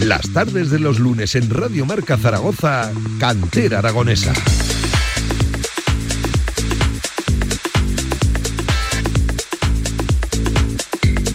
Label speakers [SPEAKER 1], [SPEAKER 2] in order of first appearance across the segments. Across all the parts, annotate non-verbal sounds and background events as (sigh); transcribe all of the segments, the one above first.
[SPEAKER 1] Las tardes de los lunes en Radio Marca Zaragoza, Cantera Aragonesa.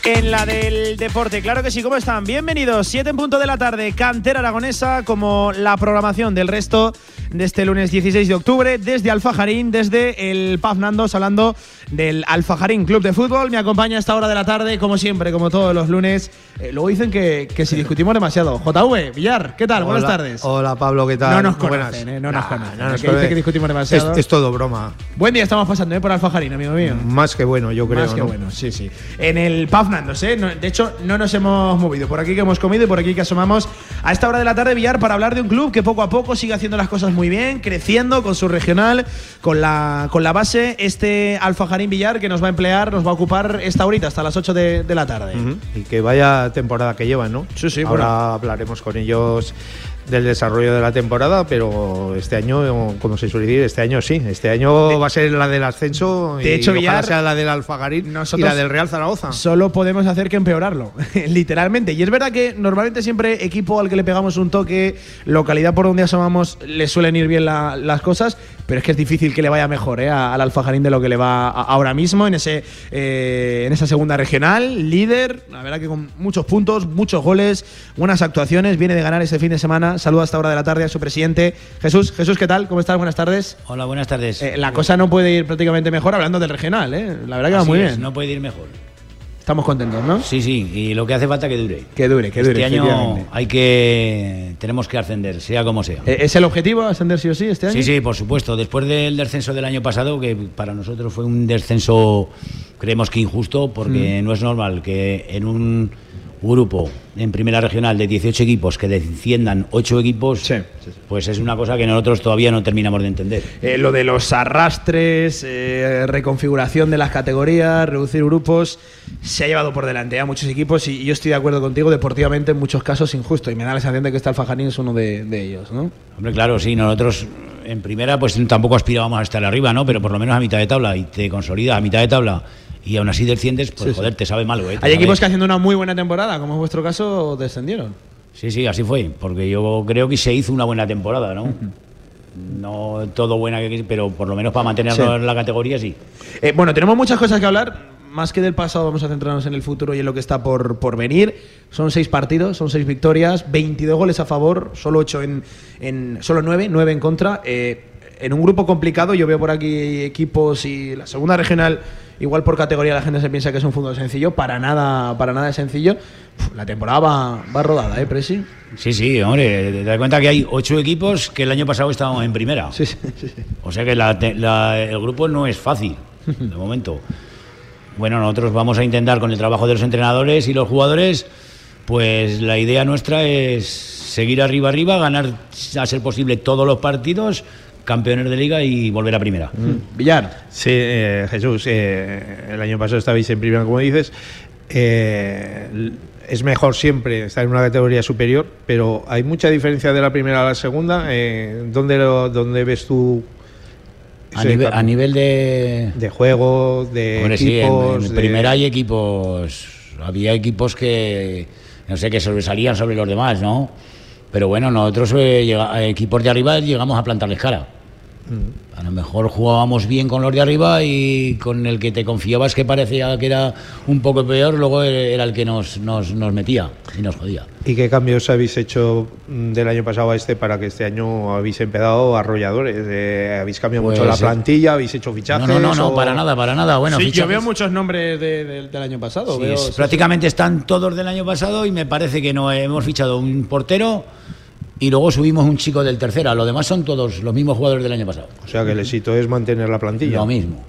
[SPEAKER 2] En la del deporte, claro que sí, ¿cómo están? Bienvenidos, 7 en punto de la tarde, Cantera Aragonesa, como la programación del resto de este lunes 16 de octubre, desde Alfajarín, desde el Paz Nandos, hablando del Alfajarín Club de Fútbol. Me acompaña a esta hora de la tarde, como siempre, como todos los lunes. Eh, luego dicen que, que si discutimos demasiado. JV, Villar, ¿qué tal? Buenas
[SPEAKER 3] Hola-
[SPEAKER 2] tardes.
[SPEAKER 3] Hola Pablo, ¿qué tal?
[SPEAKER 2] No nos
[SPEAKER 3] Muy
[SPEAKER 2] conocen, eh, no nos conocen.
[SPEAKER 3] no nos
[SPEAKER 2] Que dice
[SPEAKER 3] conocen.
[SPEAKER 2] que discutimos demasiado.
[SPEAKER 3] Es, es todo broma.
[SPEAKER 2] Buen día estamos pasando, ¿eh? Por Alfajarín, amigo mío.
[SPEAKER 3] Más que bueno, yo creo.
[SPEAKER 2] Más que
[SPEAKER 3] ¿no?
[SPEAKER 2] bueno, sí, sí. En el Paz Nandos, ¿eh? No- de hecho, no nos hemos movido. Por aquí que hemos comido y por aquí que asomamos a esta hora de la tarde, Villar, para hablar de un club que poco a poco sigue haciendo las cosas muy bien, creciendo con su regional, con la, con la base, este Alfajarín Villar que nos va a emplear, nos va a ocupar esta horita, hasta las 8 de, de la tarde.
[SPEAKER 3] Ujú. Y que vaya temporada que llevan, ¿no?
[SPEAKER 2] Sí, sí,
[SPEAKER 3] Ahora
[SPEAKER 2] bueno.
[SPEAKER 3] hablaremos con ellos del desarrollo de la temporada, pero este año, como se suele decir, este año sí. Este año va a ser la del ascenso
[SPEAKER 2] de
[SPEAKER 3] y
[SPEAKER 2] hecho,
[SPEAKER 3] ojalá
[SPEAKER 2] Villar,
[SPEAKER 3] sea la del Alfagarín y
[SPEAKER 2] nosotros-
[SPEAKER 3] la del Real Zaragoza.
[SPEAKER 2] Solo podemos hacer que empeorarlo, (laughs) literalmente. Y es verdad que normalmente siempre equipo al que le pegamos un toque, localidad por donde asomamos, le suelen ir bien la- las cosas, pero es que es difícil que le vaya mejor ¿eh? A- al Alfajarín de lo que le va a- ahora mismo en, ese, eh, en esa segunda regional, líder, la verdad que con muchos puntos, muchos goles, buenas actuaciones, viene de ganar este fin de semana. Saluda a esta hora de la tarde a su presidente. Jesús, Jesús, ¿qué tal? ¿Cómo estás? Buenas tardes.
[SPEAKER 4] Hola, buenas tardes.
[SPEAKER 2] Eh, la cosa no puede ir prácticamente mejor hablando del regional, ¿eh? la verdad que va
[SPEAKER 4] Así
[SPEAKER 2] muy
[SPEAKER 4] es,
[SPEAKER 2] bien.
[SPEAKER 4] No puede ir mejor.
[SPEAKER 2] Estamos contentos, ¿no?
[SPEAKER 4] Sí, sí, y lo que hace falta que dure.
[SPEAKER 2] Que dure, que dure.
[SPEAKER 4] Este año
[SPEAKER 2] efectivamente.
[SPEAKER 4] hay que. Tenemos que ascender, sea como sea.
[SPEAKER 2] Eh, ¿Es el objetivo ascender sí o sí este año?
[SPEAKER 4] Sí, sí, por supuesto. Después del descenso del año pasado, que para nosotros fue un descenso, creemos que injusto, porque
[SPEAKER 2] Mm.
[SPEAKER 4] no es normal que en un grupo en primera regional de 18 equipos que desciendan 8 equipos,
[SPEAKER 2] Sí, sí,
[SPEAKER 4] pues es una cosa que nosotros todavía no terminamos de entender.
[SPEAKER 2] Eh, lo de los arrastres, eh, reconfiguración de las categorías, reducir grupos, se ha llevado por delante a muchos equipos y, y yo estoy de acuerdo contigo, deportivamente en muchos casos injusto y me da la sensación de que este Alfajarín es uno de, de ellos, ¿no?
[SPEAKER 4] Hombre, claro, sí, nosotros en primera pues tampoco aspirábamos a estar arriba, ¿no? Pero por lo menos a mitad de tabla y te consolidas a mitad de tabla y aún así desciendes, pues
[SPEAKER 2] Sí, sí.
[SPEAKER 4] joder, te sabe malo, ¿eh? Te
[SPEAKER 2] Hay
[SPEAKER 4] sabe-
[SPEAKER 2] equipos que haciendo una muy buena temporada, como es vuestro caso, descendieron.
[SPEAKER 4] Sí, sí, así fue, porque yo creo que se hizo una buena temporada, ¿no? No todo buena, que- pero por lo menos para mantenernos
[SPEAKER 2] Sí.
[SPEAKER 4] en la categoría sí.
[SPEAKER 2] Eh, bueno, tenemos muchas cosas que hablar. Más que del pasado, vamos a centrarnos en el futuro y en lo que está por, por venir. Son seis partidos, son seis victorias, 22 goles a favor, solo ocho en, en solo nueve, nueve en contra. Eh, en un grupo complicado, yo veo por aquí equipos y la segunda regional, igual por categoría la gente se piensa que es un fútbol sencillo, para nada, para nada es sencillo. Uf, la temporada va, va rodada, ¿eh, Presi?
[SPEAKER 4] Sí, sí, hombre, te das cuenta que hay ocho equipos que el año pasado estábamos en primera.
[SPEAKER 2] Sí, sí, sí. sí.
[SPEAKER 4] O sea que la te- la- el grupo no es fácil, de momento. Bueno, nosotros vamos a intentar con el trabajo de los entrenadores y los jugadores, pues la idea nuestra es seguir arriba arriba, ganar a ser posible todos los partidos, campeones de liga y volver a primera.
[SPEAKER 2] Villar.
[SPEAKER 3] Sí, eh, Jesús, eh, el año pasado estabais en primera, como dices. Eh, l- es mejor siempre estar en una categoría superior, pero hay mucha diferencia de la primera a la segunda. Eh, ¿dónde, lo- ¿Dónde ves tú
[SPEAKER 4] A,
[SPEAKER 3] ese
[SPEAKER 4] nive-
[SPEAKER 3] cambio?
[SPEAKER 4] a nivel de,
[SPEAKER 3] de juego, de
[SPEAKER 4] Hombre, sí, en-
[SPEAKER 3] equipos?
[SPEAKER 4] en,
[SPEAKER 3] de-
[SPEAKER 4] primera hay equipos, había equipos que no sé que sobresalían sobre los demás, ¿no? Pero bueno, nosotros eh, llega- a equipos de arriba llegamos a plantarles cara. A lo mejor jugábamos bien con los de arriba y con el que te confiabas que parecía que era un poco peor, luego era el que nos, nos, nos metía y nos jodía.
[SPEAKER 3] ¿Y qué cambios habéis hecho mm, del año pasado a este para que este año habéis empezado arrolladores? Eh, ¿Habéis cambiado mucho la
[SPEAKER 4] Pues, eh,
[SPEAKER 3] plantilla? ¿Habéis hecho
[SPEAKER 4] No,
[SPEAKER 3] fichajes?
[SPEAKER 4] no, no, no,
[SPEAKER 3] o-
[SPEAKER 4] para nada, para nada. Bueno, fichajes-
[SPEAKER 2] muchos nombres del año pasado.
[SPEAKER 4] Sí, es- prácticamente están todos del año pasado y me parece que no eh, hemos fichado un portero y luego subimos un chico del tercera. Los demás son todos los mismos jugadores del año pasado.
[SPEAKER 3] O sea que el éxito es mantener la plantilla.
[SPEAKER 4] Lo mismo.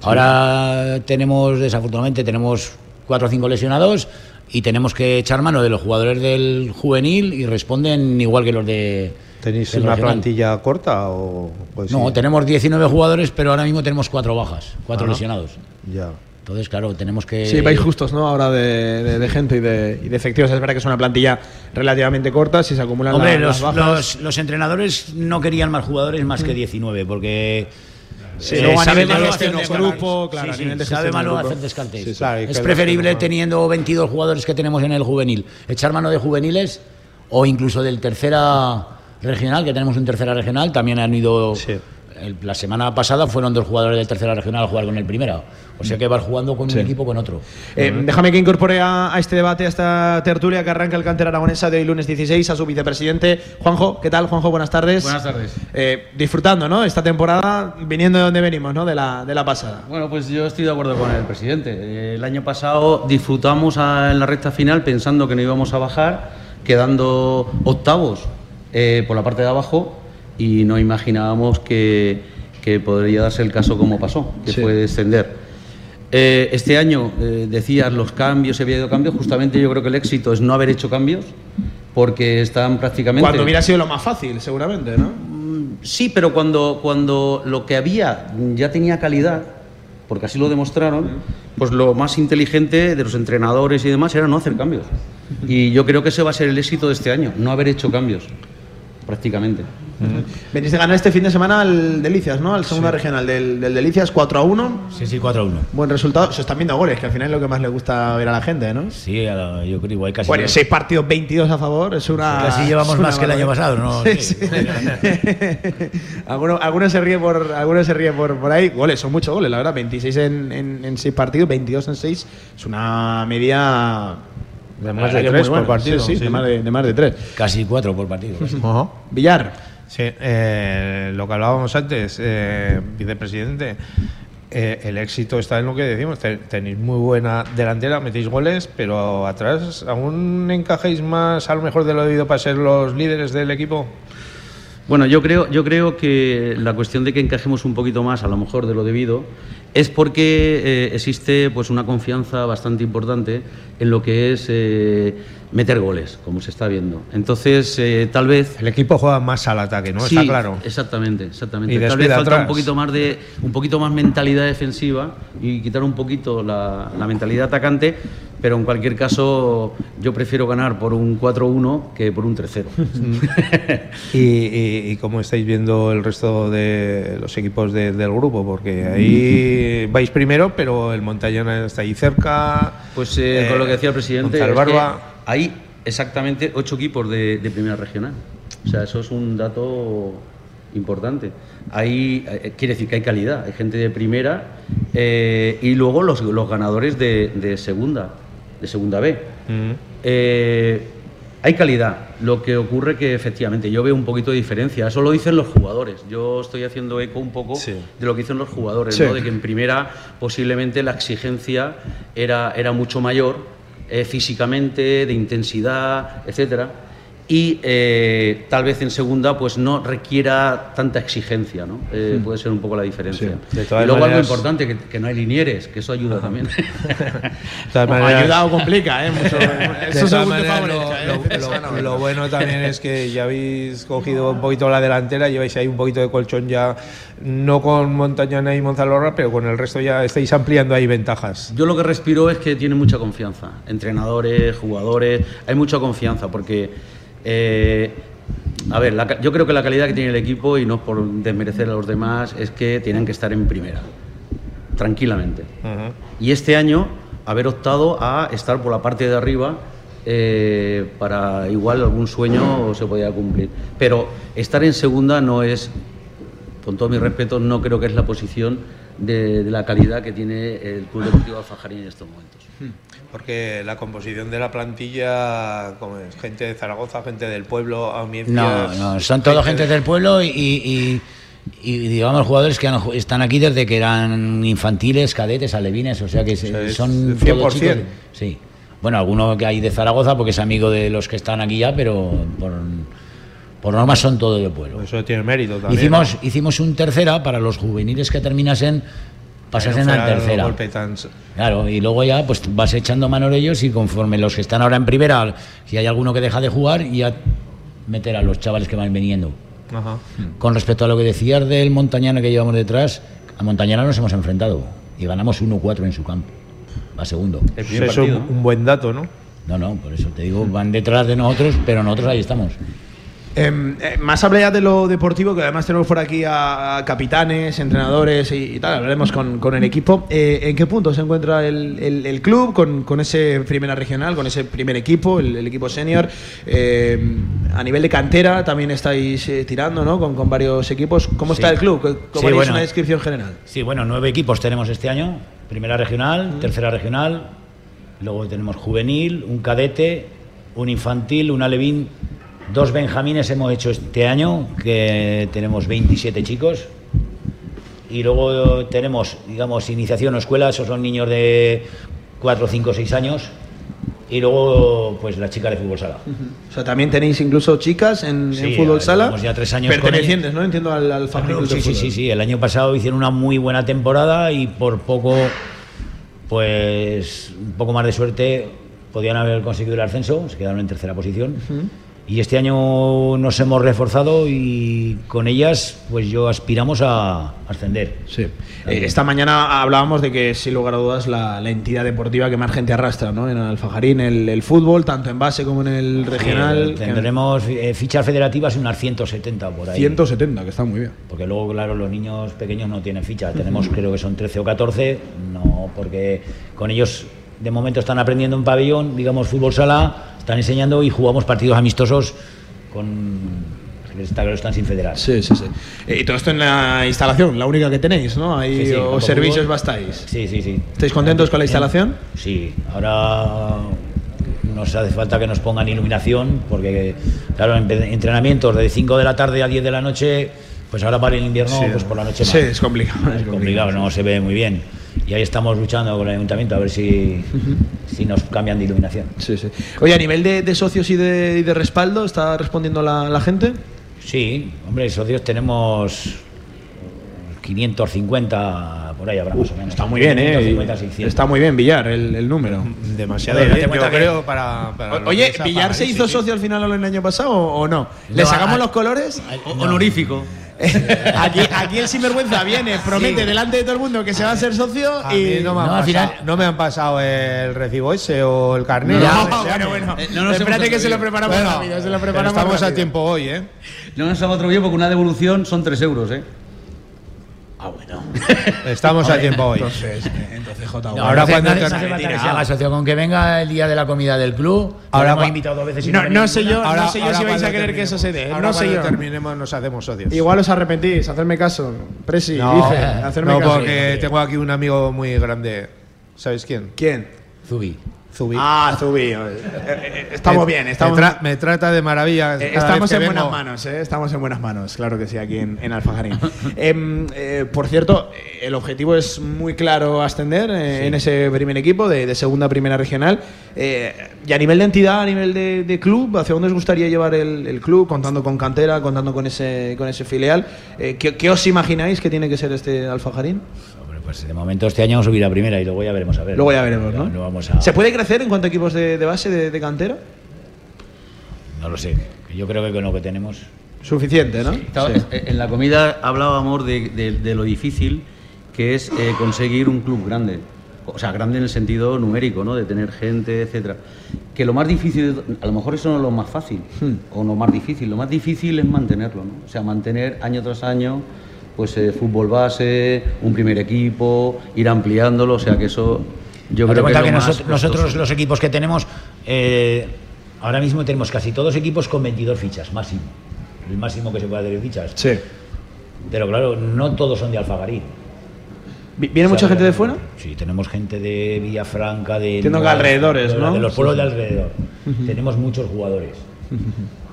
[SPEAKER 4] Ahora tenemos, desafortunadamente, tenemos cuatro o cinco lesionados y tenemos que echar mano de los jugadores del juvenil y responden igual que los de.
[SPEAKER 3] ¿Tenéis
[SPEAKER 4] del
[SPEAKER 3] una
[SPEAKER 4] regional.
[SPEAKER 3] plantilla corta o pues
[SPEAKER 4] No,
[SPEAKER 3] sí?
[SPEAKER 4] tenemos 19 jugadores, pero ahora mismo tenemos cuatro bajas, cuatro
[SPEAKER 3] Ajá.
[SPEAKER 4] lesionados.
[SPEAKER 3] Ya.
[SPEAKER 4] Entonces, claro, tenemos que.
[SPEAKER 2] Sí, vais justos, ¿no? Ahora de, de- de gente y de, y de efectivos. Es verdad que es una plantilla relativamente corta, si se acumulan
[SPEAKER 4] Hombre,
[SPEAKER 2] la- las
[SPEAKER 4] los,
[SPEAKER 2] bajas. Mm.
[SPEAKER 4] los- los entrenadores no querían más jugadores más que 19, porque eh,
[SPEAKER 2] Sí, luego a
[SPEAKER 4] sabe
[SPEAKER 2] nivel de
[SPEAKER 4] malo
[SPEAKER 2] gestión
[SPEAKER 4] hacer
[SPEAKER 2] de
[SPEAKER 4] descartes.
[SPEAKER 2] grupo, claro,
[SPEAKER 4] Sí,
[SPEAKER 2] a
[SPEAKER 4] sí,
[SPEAKER 2] nivel de
[SPEAKER 4] sabe
[SPEAKER 2] gestión de
[SPEAKER 4] malo
[SPEAKER 2] grupo.
[SPEAKER 4] hacer descartes.
[SPEAKER 3] Sí, claro, hay que
[SPEAKER 4] es
[SPEAKER 3] hacer
[SPEAKER 4] preferible
[SPEAKER 3] descartes.
[SPEAKER 4] teniendo 22 jugadores que tenemos en el juvenil, echar mano de juveniles o incluso del tercera regional, que tenemos un tercera regional, también han ido...
[SPEAKER 3] Sí.
[SPEAKER 4] el- La semana pasada fueron dos jugadores del tercera regional a jugar con el primera. O sea que vas jugando con un equipo o con otro.
[SPEAKER 2] Eh, déjame que incorpore a, a este debate, a esta tertulia que arranca el cantera aragonesa de hoy lunes 16, a su vicepresidente Juanjo. ¿Qué tal, Juanjo? Buenas tardes.
[SPEAKER 5] Buenas tardes.
[SPEAKER 2] Eh, disfrutando, ¿no? Esta temporada, viniendo de donde venimos, ¿no? De la, de la pasada.
[SPEAKER 5] Bueno, pues yo estoy de acuerdo con el presidente. Eh, El año pasado disfrutamos a- en la recta final pensando que no íbamos a bajar, quedando octavos eh, por la parte de abajo y no imaginábamos que, que podría darse el caso como pasó, que fue descender. Eh, este año, eh, decías, los cambios, había habido cambios. Justamente yo creo que el éxito es no haber hecho cambios porque están prácticamente...
[SPEAKER 2] Cuando hubiera sido lo más fácil, seguramente, ¿no?
[SPEAKER 5] Sí, pero cuando, cuando lo que había ya tenía calidad, porque así lo demostraron, pues lo más inteligente de los entrenadores y demás era no hacer cambios. Y yo creo que ese va a ser el éxito de este año, no haber hecho cambios, prácticamente.
[SPEAKER 2] Venís de ganar este fin de semana al Delicias, ¿no? Al segunda regional del, del Delicias 4 a 1.
[SPEAKER 4] Sí, sí, 4 a 1.
[SPEAKER 2] Buen resultado. Se están viendo goles, que al final es lo que más le gusta ver a la gente, ¿no?
[SPEAKER 4] Sí, a la- yo creo igual casi.
[SPEAKER 2] Bueno, seis partidos, 22 a favor, es una.
[SPEAKER 4] Casi llevamos
[SPEAKER 2] es una
[SPEAKER 4] más que el año
[SPEAKER 2] barbaridad.
[SPEAKER 4] pasado, ¿no?
[SPEAKER 2] Sí,
[SPEAKER 4] Sí.
[SPEAKER 2] sí. alguno, alguno se ríe, por, alguno se ríe por, por ahí. Goles, son muchos goles, la verdad. 26 en, en, en seis partidos, 22 en 6. Es una media.
[SPEAKER 3] De
[SPEAKER 2] la
[SPEAKER 3] más
[SPEAKER 2] verdad
[SPEAKER 3] de
[SPEAKER 2] que
[SPEAKER 3] tres
[SPEAKER 2] muy
[SPEAKER 3] por
[SPEAKER 2] buena.
[SPEAKER 3] partido.
[SPEAKER 2] Sí, sí,
[SPEAKER 3] sí.
[SPEAKER 2] De, más de, de más de tres.
[SPEAKER 4] Casi 4 por partido.
[SPEAKER 3] Ajá.
[SPEAKER 2] Villar.
[SPEAKER 3] Sí, eh, lo que hablábamos antes, eh, vicepresidente, eh, el éxito está en lo que decimos. te- tenéis muy buena delantera, metéis goles, pero atrás aún encajáis más a lo mejor de lo debido para ser los líderes del equipo.
[SPEAKER 5] Bueno, yo creo, yo creo que la cuestión de que encajemos un poquito más, a lo mejor de lo debido, es porque eh, existe pues una confianza bastante importante en lo que es eh, meter goles, como se está viendo. Entonces, eh, tal vez
[SPEAKER 3] El equipo juega más al ataque, ¿no?
[SPEAKER 5] Sí,
[SPEAKER 3] está claro.
[SPEAKER 5] Exactamente, exactamente.
[SPEAKER 3] Y
[SPEAKER 5] Tal
[SPEAKER 3] despide
[SPEAKER 5] vez falta
[SPEAKER 3] atrás.
[SPEAKER 5] un poquito más de un poquito más mentalidad defensiva y quitar un poquito la, la mentalidad atacante, pero en cualquier caso yo prefiero ganar por un 4-1 que por un 3-0.
[SPEAKER 3] (laughs) Y, y- y cómo estáis viendo el resto de los equipos de- del grupo, porque ahí vais primero, pero el Montallana está ahí cerca.
[SPEAKER 5] Pues eh,
[SPEAKER 3] eh,
[SPEAKER 5] con lo que decía el presidente, es
[SPEAKER 3] Montalbarba.
[SPEAKER 5] que hay exactamente ocho equipos de, de primera regional. O sea, eso es un dato importante. Hay, eh, quiere decir que hay calidad, hay gente de primera eh, y luego los, los ganadores de, de segunda, de segunda B.
[SPEAKER 3] Mm.
[SPEAKER 5] Eh, hay calidad. Lo que ocurre que efectivamente yo veo un poquito de diferencia. Eso lo dicen los jugadores. Yo estoy haciendo eco un poco
[SPEAKER 3] Sí.
[SPEAKER 5] de lo que dicen los jugadores,
[SPEAKER 2] Sí.
[SPEAKER 5] ¿no? de que en primera posiblemente la exigencia era, era mucho mayor eh, físicamente, de intensidad, etcétera. Y eh, tal vez en segunda pues no requiera tanta exigencia, ¿no? Eh, Puede ser un poco la diferencia.
[SPEAKER 3] Sí. De
[SPEAKER 5] Y
[SPEAKER 3] todas
[SPEAKER 5] luego algo
[SPEAKER 3] maneras-
[SPEAKER 5] importante, que, que no hay linieres, que eso ayuda también.
[SPEAKER 3] (laughs) De
[SPEAKER 5] (laughs)
[SPEAKER 3] todas maneras-
[SPEAKER 2] Ayuda o complica, ¿eh?
[SPEAKER 3] (laughs)
[SPEAKER 2] Mucho,
[SPEAKER 3] De
[SPEAKER 2] eso
[SPEAKER 3] todas
[SPEAKER 2] según te
[SPEAKER 3] maneras,
[SPEAKER 2] favorezca,
[SPEAKER 3] lo,
[SPEAKER 2] ¿eh?
[SPEAKER 3] lo- lo- lo bueno también es que ya habéis cogido un poquito la delantera, lleváis ahí un poquito de colchón ya, no con Montañana y Monzalorra, pero con el resto ya estáis ampliando ahí ventajas.
[SPEAKER 5] Yo lo que respiro es que tiene mucha confianza. Entrenadores, jugadores, hay mucha confianza porque, eh, a ver, la ca- yo creo que la calidad que tiene el equipo, y no es por desmerecer a los demás, es que tienen que estar en primera, tranquilamente.
[SPEAKER 3] Ujú.
[SPEAKER 5] Y este año haber optado a estar por la parte de arriba eh, para igual algún sueño se podía cumplir. Pero estar en segunda no es, con todo mi respeto, no creo que es la posición de, de la calidad que tiene el Club Deportivo Alfajarín en estos momentos.
[SPEAKER 3] Porque la composición de la plantilla, como es, gente de Zaragoza, gente del pueblo, Aumiencias...
[SPEAKER 4] No, no, son toda gente del pueblo y, y- y- y, digamos jugadores que han ju- están aquí desde que eran infantiles, cadetes, alevines, o sea que se-
[SPEAKER 3] O sea, es
[SPEAKER 4] son
[SPEAKER 3] 100%.
[SPEAKER 4] todos chicos- Sí. Bueno, alguno que hay de Zaragoza porque es amigo de los que están aquí ya, pero por, por norma son todos del pueblo.
[SPEAKER 3] Eso tiene mérito también.
[SPEAKER 4] Hicimos, hicimos un tercera para los juveniles que terminasen,
[SPEAKER 3] Para
[SPEAKER 4] pasasen
[SPEAKER 3] no
[SPEAKER 4] al
[SPEAKER 3] hacer
[SPEAKER 4] tercera.
[SPEAKER 3] golpe tan-
[SPEAKER 4] Claro, y luego ya pues vas echando mano de ellos y conforme los que están ahora en primera, si hay alguno que deja de jugar, ya meter a los chavales que van viniendo.
[SPEAKER 3] Ajá.
[SPEAKER 4] Con respecto a lo que decías del Montañana que llevamos detrás, a Montañana nos hemos enfrentado y ganamos 1-4 en su campo. Va segundo.
[SPEAKER 5] El
[SPEAKER 3] Eso
[SPEAKER 5] primer
[SPEAKER 3] es un,
[SPEAKER 5] partido, ¿no?
[SPEAKER 3] un buen dato, ¿no?
[SPEAKER 4] No, no, por eso te digo, van detrás de nosotros, pero nosotros ahí estamos.
[SPEAKER 2] Em, eh, más hablé ya de lo deportivo, que además tenemos por aquí a, a capitanes, entrenadores y, y tal, hablaremos con, con el equipo. Eh, ¿En qué punto se encuentra el, el- el club con, con ese primera regional, con ese primer equipo, el, el equipo senior? Eh, a nivel de cantera también estáis eh, tirando, ¿no? Con, con varios equipos. ¿Cómo está
[SPEAKER 4] Sí.
[SPEAKER 2] el club? ¿Cómo
[SPEAKER 4] Sí,
[SPEAKER 2] haréis
[SPEAKER 4] bueno.
[SPEAKER 2] una descripción general?
[SPEAKER 4] Sí, bueno, nueve equipos tenemos este año. Primera regional,
[SPEAKER 2] Mm.
[SPEAKER 4] tercera regional, luego tenemos juvenil, un cadete, un infantil, un alevín, dos benjamines hemos hecho este año, que tenemos 27 chicos. Y luego tenemos, digamos, iniciación o escuela, esos son niños de 4, 5, 6 años. Y luego, pues las chicas de
[SPEAKER 2] (laughs)
[SPEAKER 4] fútbol sala.
[SPEAKER 2] O sea, también tenéis incluso chicas en, en
[SPEAKER 4] Sí,
[SPEAKER 2] fútbol
[SPEAKER 4] ya
[SPEAKER 2] sala.
[SPEAKER 4] llevamos ya tres años con
[SPEAKER 2] Pertenecientes, ¿no? Entiendo al, al fan club de
[SPEAKER 4] Sí, sí,
[SPEAKER 2] fútbol.
[SPEAKER 4] sí, sí. El año pasado hicieron una muy buena temporada y por poco, pues un poco más de suerte, podían haber conseguido el ascenso, se quedaron en tercera posición.
[SPEAKER 6] Mm.
[SPEAKER 4] Y este año nos hemos reforzado y con ellas, pues yo aspiramos a ascender.
[SPEAKER 2] Sí. Eh, esta mañana hablábamos de que, sin lugar a dudas, la, la entidad deportiva que más gente arrastra, ¿no? En Alfajarín, el, el fútbol, tanto en base como en el regional.
[SPEAKER 4] Eh,
[SPEAKER 2] que-
[SPEAKER 4] tendremos eh, fichas federativas unas 170 por ahí.
[SPEAKER 2] 170, que está muy bien. Mm.
[SPEAKER 4] Porque luego, claro, los niños pequeños no tienen ficha. Tenemos, creo que son 13 o 14. No, porque con ellos de momento están aprendiendo en pabellón, digamos, fútbol sala, están enseñando y jugamos partidos amistosos con. que Está que lo están sin federar.
[SPEAKER 2] Sí, sí, sí. Eh, y todo esto en la instalación, la única que tenéis, ¿no? Ahí
[SPEAKER 4] Sí, sí,
[SPEAKER 2] o
[SPEAKER 4] campo
[SPEAKER 2] servicios
[SPEAKER 4] fútbol.
[SPEAKER 2] bastáis.
[SPEAKER 4] Sí, sí, sí.
[SPEAKER 2] ¿Estáis contentos con la instalación?
[SPEAKER 4] Sí, ahora nos hace falta que nos pongan iluminación, porque, claro, en vez de entrenamientos de 5 de la tarde a 10 de la noche, pues ahora para el invierno, pues por la noche más.
[SPEAKER 2] Sí, es complicado.
[SPEAKER 4] Es complicado, no se ve muy bien. Y ahí estamos luchando con el ayuntamiento a ver si, si nos cambian de iluminación.
[SPEAKER 2] Sí, sí. Oye, a nivel de, de socios y de, y de respaldo, ¿está respondiendo la, la gente?
[SPEAKER 4] Sí, hombre, socios tenemos 550 por ahí habrá más o
[SPEAKER 2] ¿eh?
[SPEAKER 4] menos.
[SPEAKER 3] ¿eh?
[SPEAKER 2] Está muy bien, Villar, el, el número.
[SPEAKER 3] Demasiado
[SPEAKER 4] Bueno,
[SPEAKER 3] bien,
[SPEAKER 4] date cuenta
[SPEAKER 3] yo
[SPEAKER 4] que-
[SPEAKER 3] creo, para, para
[SPEAKER 2] O-
[SPEAKER 3] lo que
[SPEAKER 2] Oye,
[SPEAKER 3] es
[SPEAKER 2] ¿Villar
[SPEAKER 3] Apagar,
[SPEAKER 2] se
[SPEAKER 3] sí,
[SPEAKER 2] hizo
[SPEAKER 3] sí.
[SPEAKER 2] socio al final el año pasado o, o no? ¿Le
[SPEAKER 4] No,
[SPEAKER 2] sacamos
[SPEAKER 4] a-
[SPEAKER 2] los colores?
[SPEAKER 5] O- Honorífico.
[SPEAKER 2] aquí, aquí el sinvergüenza viene, promete delante de todo el mundo que se va a ser socio
[SPEAKER 3] (laughs) A mí
[SPEAKER 2] y
[SPEAKER 3] no me, han
[SPEAKER 4] No, al
[SPEAKER 3] pasado,
[SPEAKER 4] final-
[SPEAKER 3] no me han pasado el recibo ese o el carnet.
[SPEAKER 2] No,
[SPEAKER 3] o lo que sea.
[SPEAKER 2] bueno, bueno.
[SPEAKER 5] Eh, no nos
[SPEAKER 2] Espérate
[SPEAKER 5] hemos
[SPEAKER 2] que se lo
[SPEAKER 5] atrevido.
[SPEAKER 2] preparamos
[SPEAKER 3] Bueno,
[SPEAKER 2] rápido, se
[SPEAKER 3] pero
[SPEAKER 2] lo preparamos
[SPEAKER 3] estamos a
[SPEAKER 2] rápido.
[SPEAKER 3] tiempo hoy, ¿eh?
[SPEAKER 5] No nos hemos atrevido porque una devolución son 3 euros, ¿eh?
[SPEAKER 3] Estamos a tiempo hoy.
[SPEAKER 2] Entonces, eh, entonces J.
[SPEAKER 4] No,
[SPEAKER 2] Bueno.
[SPEAKER 3] Ahora
[SPEAKER 4] no hace-
[SPEAKER 3] cuando
[SPEAKER 4] no hace-
[SPEAKER 3] te-
[SPEAKER 4] no hace falta
[SPEAKER 2] ah,
[SPEAKER 4] que se haga socio, con que venga el día de la comida del club.
[SPEAKER 3] Ahora
[SPEAKER 4] Ahora
[SPEAKER 3] va-
[SPEAKER 4] hemos invitado dos veces y
[SPEAKER 2] No,
[SPEAKER 4] venía
[SPEAKER 2] no sé
[SPEAKER 4] ninguna.
[SPEAKER 2] yo. no sé yo si vais a
[SPEAKER 3] cuando
[SPEAKER 2] querer que eso se dé,
[SPEAKER 3] terminemos-
[SPEAKER 2] no
[SPEAKER 3] Ahora
[SPEAKER 2] sé
[SPEAKER 3] cuando
[SPEAKER 2] yo.
[SPEAKER 3] terminemos nos hacemos socios.
[SPEAKER 2] Igual os arrepentís, hacerme caso. Presi,
[SPEAKER 3] no, (laughs)
[SPEAKER 2] dije, hacerme
[SPEAKER 3] no,
[SPEAKER 2] caso.
[SPEAKER 3] porque tengo aquí un amigo muy grande. ¿Sabes quién?
[SPEAKER 2] ¿Quién?
[SPEAKER 4] Zubi.
[SPEAKER 3] Zubi.
[SPEAKER 2] Ah, Zubi. eh, eh, Estamos
[SPEAKER 3] Me-
[SPEAKER 2] bien, estamos
[SPEAKER 3] Me, tra- me trata de maravilla.
[SPEAKER 2] Eh,
[SPEAKER 3] cada
[SPEAKER 2] estamos
[SPEAKER 3] vez que
[SPEAKER 2] en buenas
[SPEAKER 3] vengo.
[SPEAKER 2] manos, eh, estamos en buenas manos, claro que sí, aquí en, en
[SPEAKER 4] (laughs)
[SPEAKER 2] Alfajarín. Em, eh, por cierto, eh, el objetivo es muy claro ascender eh, en ese primer equipo de, de segunda a primera regional. Eh, y a nivel de entidad, a nivel de, de club, ¿hacia dónde os gustaría llevar el, el club, contando con cantera, contando con ese, con ese filial? Eh, ¿qué, qué os imagináis que tiene que ser este Alfajarín?
[SPEAKER 4] Hombre, pues de momento este año subir a primera y luego ya veremos a ver.
[SPEAKER 2] Luego ya veremos, ¿no?
[SPEAKER 4] No vamos a-
[SPEAKER 2] ¿Se puede crecer en cuanto a equipos de, de base, de, de cantera?
[SPEAKER 4] No lo sé. Yo creo que con lo que tenemos.
[SPEAKER 2] Suficiente, ¿no?
[SPEAKER 5] Estaba-
[SPEAKER 2] Sí.
[SPEAKER 5] eh, En la comida hablábamos de, de- de lo difícil que es eh, conseguir un club grande. O sea, grande en el sentido numérico, ¿no? De tener gente, etcétera. Que lo más difícil, a lo mejor eso no es lo más fácil,
[SPEAKER 4] Hmm.
[SPEAKER 5] o lo más difícil. Lo más difícil es mantenerlo, ¿no? O sea, mantener año tras año, pues eh, fútbol base, un primer equipo, ir ampliándolo. O sea, que eso yo creo
[SPEAKER 4] Date
[SPEAKER 5] que,
[SPEAKER 4] cuenta
[SPEAKER 5] es
[SPEAKER 4] que
[SPEAKER 5] lo más
[SPEAKER 4] nosot-
[SPEAKER 5] costoso.
[SPEAKER 4] nosotros, los equipos que tenemos, eh, ahora mismo tenemos casi todos equipos con 22 fichas, máximo. El máximo que se pueda tener fichas.
[SPEAKER 2] Sí.
[SPEAKER 4] Pero claro, no todos son de Alfagarí.
[SPEAKER 2] Vi- ¿Viene mucha
[SPEAKER 4] O sea,
[SPEAKER 2] gente de fuera?
[SPEAKER 4] Sí, tenemos gente de Villafranca, de.
[SPEAKER 2] Entiendo que
[SPEAKER 4] Nueva-
[SPEAKER 2] alrededores, ¿no?
[SPEAKER 4] De los pueblos de alrededor. Tenemos muchos jugadores.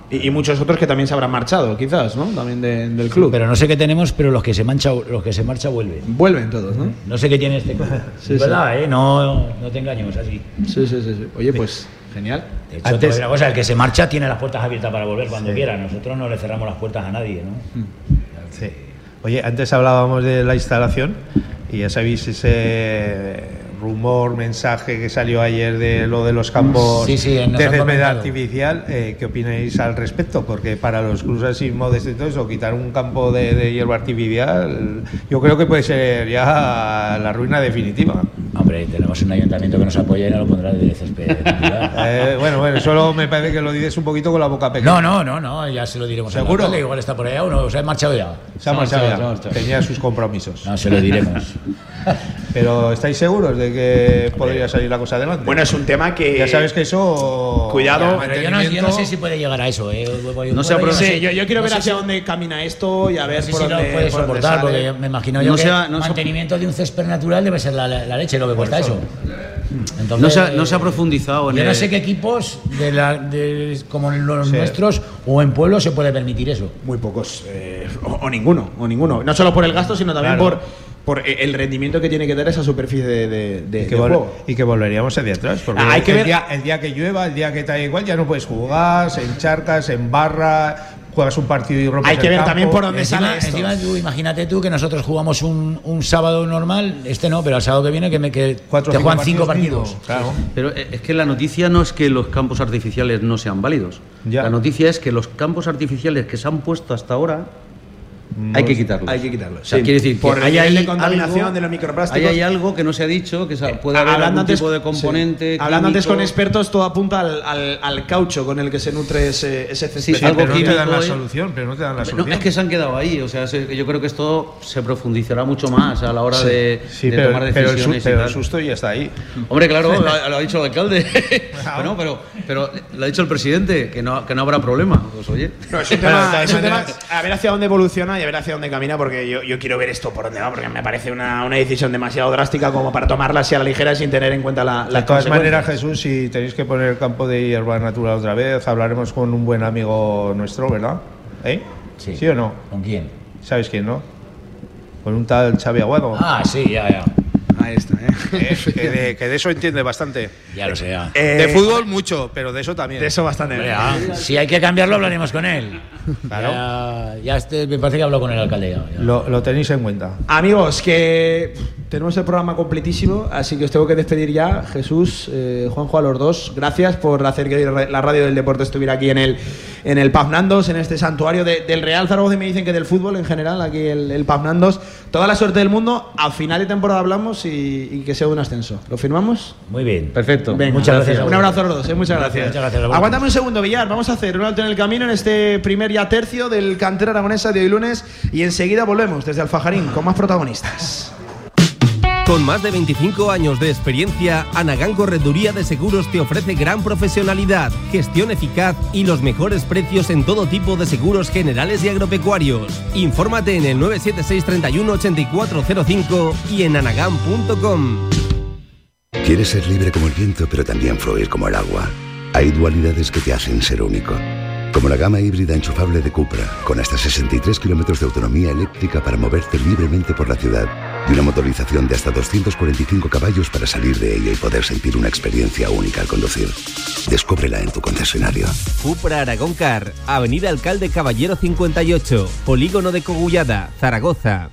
[SPEAKER 2] Y, y muchos otros que también se habrán marchado, quizás, ¿no? También de- del club.
[SPEAKER 4] Pero no sé qué tenemos, pero los que se, mancha, los que se marcha vuelven.
[SPEAKER 2] Vuelven todos, ¿no?
[SPEAKER 4] No sé qué tiene este club.
[SPEAKER 2] (laughs) Sí,
[SPEAKER 4] Es
[SPEAKER 2] sí.
[SPEAKER 4] verdad, ¿eh? No, no te engañemos así.
[SPEAKER 2] Sí, sí, sí. sí. Oye, pues, genial.
[SPEAKER 4] De hecho,
[SPEAKER 3] Antes-
[SPEAKER 4] te voy a decir una cosa, el que se marcha tiene las puertas abiertas para volver cuando quiera. Nosotros no le cerramos las puertas a nadie, ¿no?
[SPEAKER 2] Mm.
[SPEAKER 3] Sí. Oye, antes hablábamos de la instalación y ya sabéis ese rumor, mensaje que salió ayer de lo de los campos
[SPEAKER 4] Sí, sí, nos
[SPEAKER 3] de
[SPEAKER 4] han
[SPEAKER 3] césped
[SPEAKER 4] comentado.
[SPEAKER 3] artificial, eh, ¿qué opináis al respecto? Porque para los cruces y modes y todo eso, quitar un campo de, de hierba artificial, yo creo que puede ser ya la ruina definitiva.
[SPEAKER 4] Hombre, tenemos un ayuntamiento que nos apoya y no lo pondrá de césped.
[SPEAKER 3] (laughs) Eh, bueno, bueno, solo me parece que lo dices un poquito con la boca pequeña.
[SPEAKER 4] no, no, no, no, ya se lo diremos. al
[SPEAKER 3] ¿Seguro?
[SPEAKER 4] alcalde, Igual está por allá o no, se ha marchado ya.
[SPEAKER 3] Se ha
[SPEAKER 5] No,
[SPEAKER 3] marchado
[SPEAKER 5] chao,
[SPEAKER 3] ya.
[SPEAKER 5] chao, chao.
[SPEAKER 3] Tenía sus compromisos.
[SPEAKER 4] No, se lo diremos.
[SPEAKER 3] Pero ¿estáis seguros de que podría salir la cosa adelante?
[SPEAKER 2] Bueno, es un tema que.
[SPEAKER 3] ya sabes que eso.
[SPEAKER 2] (laughs) Cuidado.
[SPEAKER 4] Pero yo no, yo no sé si puede llegar a eso. ¿eh? Voy-
[SPEAKER 5] No se
[SPEAKER 4] voy-
[SPEAKER 5] apro-
[SPEAKER 2] Sí, yo, yo quiero
[SPEAKER 4] no
[SPEAKER 2] ver
[SPEAKER 4] sé
[SPEAKER 2] hacia
[SPEAKER 4] si-
[SPEAKER 2] dónde camina esto y a ver
[SPEAKER 4] No sé
[SPEAKER 2] por
[SPEAKER 4] si lo
[SPEAKER 2] dónde.
[SPEAKER 4] puede
[SPEAKER 2] por dónde sale.
[SPEAKER 4] soportar, porque me imagino yo
[SPEAKER 5] No
[SPEAKER 4] que
[SPEAKER 5] sea- no sea-
[SPEAKER 4] mantenimiento de un césped natural debe ser la, la- la leche lo que cuesta eso. Entonces,
[SPEAKER 5] No se ha- no se ha profundizado en
[SPEAKER 4] Yo no
[SPEAKER 5] el-
[SPEAKER 4] sé qué equipos de la- de- como los
[SPEAKER 3] Sí.
[SPEAKER 4] nuestros o en pueblos se puede permitir eso.
[SPEAKER 2] Muy pocos. eh, o, o ninguno, o ninguno. No solo por el gasto, sino también
[SPEAKER 3] Claro.
[SPEAKER 2] por, por el rendimiento que tiene que dar esa superficie de, de, de-
[SPEAKER 3] Y que,
[SPEAKER 2] de
[SPEAKER 3] vol-
[SPEAKER 2] juego.
[SPEAKER 3] y que volveríamos hacia atrás. Porque
[SPEAKER 2] Ah, hay que
[SPEAKER 3] el,
[SPEAKER 2] ver-
[SPEAKER 3] día, el día que llueva, el día que tal igual, ya no puedes jugar, se encharcas, se embarra, juegas un partido y rompes
[SPEAKER 2] Hay que
[SPEAKER 3] el
[SPEAKER 2] ver
[SPEAKER 3] campo.
[SPEAKER 2] también por dónde
[SPEAKER 4] Encima,
[SPEAKER 2] sale esto.
[SPEAKER 4] encima tú, imagínate tú que nosotros jugamos un, un sábado normal, este no, pero el sábado que viene que, me, que
[SPEAKER 3] Cuatro o
[SPEAKER 4] te juegan cinco partidos.
[SPEAKER 3] mínimo, Claro.
[SPEAKER 5] Pero eh, es que la noticia no es que los campos artificiales no sean válidos.
[SPEAKER 3] Ya.
[SPEAKER 5] La noticia es que los campos artificiales que se han puesto hasta ahora hay que quitarlos.
[SPEAKER 2] Hay que quitarlo.
[SPEAKER 5] O sea, quiere decir que
[SPEAKER 2] por
[SPEAKER 5] hay
[SPEAKER 2] el nivel
[SPEAKER 5] ahí
[SPEAKER 2] de contaminación
[SPEAKER 5] algo-
[SPEAKER 2] de los microplásticos.
[SPEAKER 5] ahí hay algo que no se ha dicho, que se- puede
[SPEAKER 2] Ah,
[SPEAKER 5] haber algún
[SPEAKER 2] antes-
[SPEAKER 5] tipo de
[SPEAKER 2] sí.
[SPEAKER 5] componente.
[SPEAKER 2] Hablando antes con
[SPEAKER 5] químico.
[SPEAKER 2] expertos, todo apunta al, al- al caucho con el que se nutre ese, ese césped.
[SPEAKER 5] Sí,
[SPEAKER 3] Sí,
[SPEAKER 5] sí, algo
[SPEAKER 3] pero no te dan la
[SPEAKER 5] químico, ¿eh?
[SPEAKER 3] solución, pero no te dan la
[SPEAKER 5] No,
[SPEAKER 3] solución.
[SPEAKER 5] es que se han quedado ahí, o sea, se- yo creo que esto se profundizará mucho más a la hora de,
[SPEAKER 3] Sí,
[SPEAKER 5] de
[SPEAKER 3] pero,
[SPEAKER 5] tomar
[SPEAKER 3] pero el, su-
[SPEAKER 5] decisiones. y
[SPEAKER 3] pero el
[SPEAKER 5] tal.
[SPEAKER 3] susto ya está ahí.
[SPEAKER 5] Hombre, claro, lo ha- lo ha dicho el alcalde. bueno, pero, pero lo ha dicho el presidente, que no, que no habrá problema. Pues oye.
[SPEAKER 2] No, es un
[SPEAKER 3] Pero de
[SPEAKER 2] tema,
[SPEAKER 3] todas
[SPEAKER 2] es un tema-
[SPEAKER 3] maneras-
[SPEAKER 2] a ver hacia dónde evoluciona y a ver hacia dónde camina, porque yo, yo quiero ver esto por dónde va, porque me parece una, una decisión demasiado drástica como para tomarla así a la ligera sin tener en cuenta la,
[SPEAKER 3] De
[SPEAKER 2] las
[SPEAKER 3] todas
[SPEAKER 2] consecuencias.
[SPEAKER 3] maneras, Jesús, si tenéis que poner el campo de hierba natural otra vez, hablaremos con un buen amigo nuestro, ¿verdad? ¿Eh?
[SPEAKER 4] Sí.
[SPEAKER 3] o no?
[SPEAKER 4] ¿Con quién?
[SPEAKER 3] ¿Sabes quién, no? Con un tal Xavi Aguado.
[SPEAKER 4] Ah, sí, ya, ya.
[SPEAKER 2] Ahí está, ¿eh?
[SPEAKER 3] Eh, que, de, que de eso entiende bastante.
[SPEAKER 4] Ya lo sé. ya.
[SPEAKER 2] Eh,
[SPEAKER 3] de fútbol mucho, pero de eso también.
[SPEAKER 2] De eso bastante.
[SPEAKER 4] Hombre, ah, si hay que cambiarlo, hablaremos
[SPEAKER 2] (laughs)
[SPEAKER 4] con él.
[SPEAKER 3] Claro.
[SPEAKER 4] Ya, ya este- me parece que habló con el alcalde. ya, ya.
[SPEAKER 3] Lo, lo tenéis en cuenta.
[SPEAKER 2] Amigos, que pff, tenemos el programa completísimo, así que os tengo que despedir ya. Jesús, eh, Juanjo, a los dos, gracias por hacer que hoy la radio del deporte estuviera aquí en el, en el Paz Nandos, en este santuario de- del Real Zaragoza. Y me dicen que del fútbol en general, aquí el, el Paz Nandos. Toda la suerte del mundo. A final de temporada hablamos y, y que sea un ascenso. ¿Lo firmamos?
[SPEAKER 4] Muy bien.
[SPEAKER 5] Perfecto.
[SPEAKER 2] Venga,
[SPEAKER 4] Muchas gracias a
[SPEAKER 2] Un
[SPEAKER 4] vosotros.
[SPEAKER 2] abrazo a los dos, eh, muchas gracias.
[SPEAKER 4] Muchas gracias a vosotros.
[SPEAKER 2] Aguántame un segundo, Villar. Vamos a hacer un alto en el camino en este primer ya tercio del cantera aragonesa de hoy lunes y enseguida volvemos desde Alfajarín con más protagonistas.
[SPEAKER 7] Con más de 25 años de experiencia, Anagán Correduría de Seguros te ofrece gran profesionalidad, gestión eficaz y los mejores precios en todo tipo de seguros generales y agropecuarios. Infórmate en el 976 31 8405 y en anagán.com.
[SPEAKER 8] Quieres ser libre como el viento, pero también fluir como el agua. Hay dualidades que te hacen ser único. Como la gama híbrida enchufable de Cupra, con hasta 63 kilómetros de autonomía eléctrica para moverte libremente por la ciudad y una motorización de hasta 245 caballos para salir de ella y poder sentir una experiencia única al conducir. Descúbrela en tu concesionario.
[SPEAKER 7] Cupra Aragón Car, Avenida Alcalde Caballero 58, Polígono de Cogullada, Zaragoza.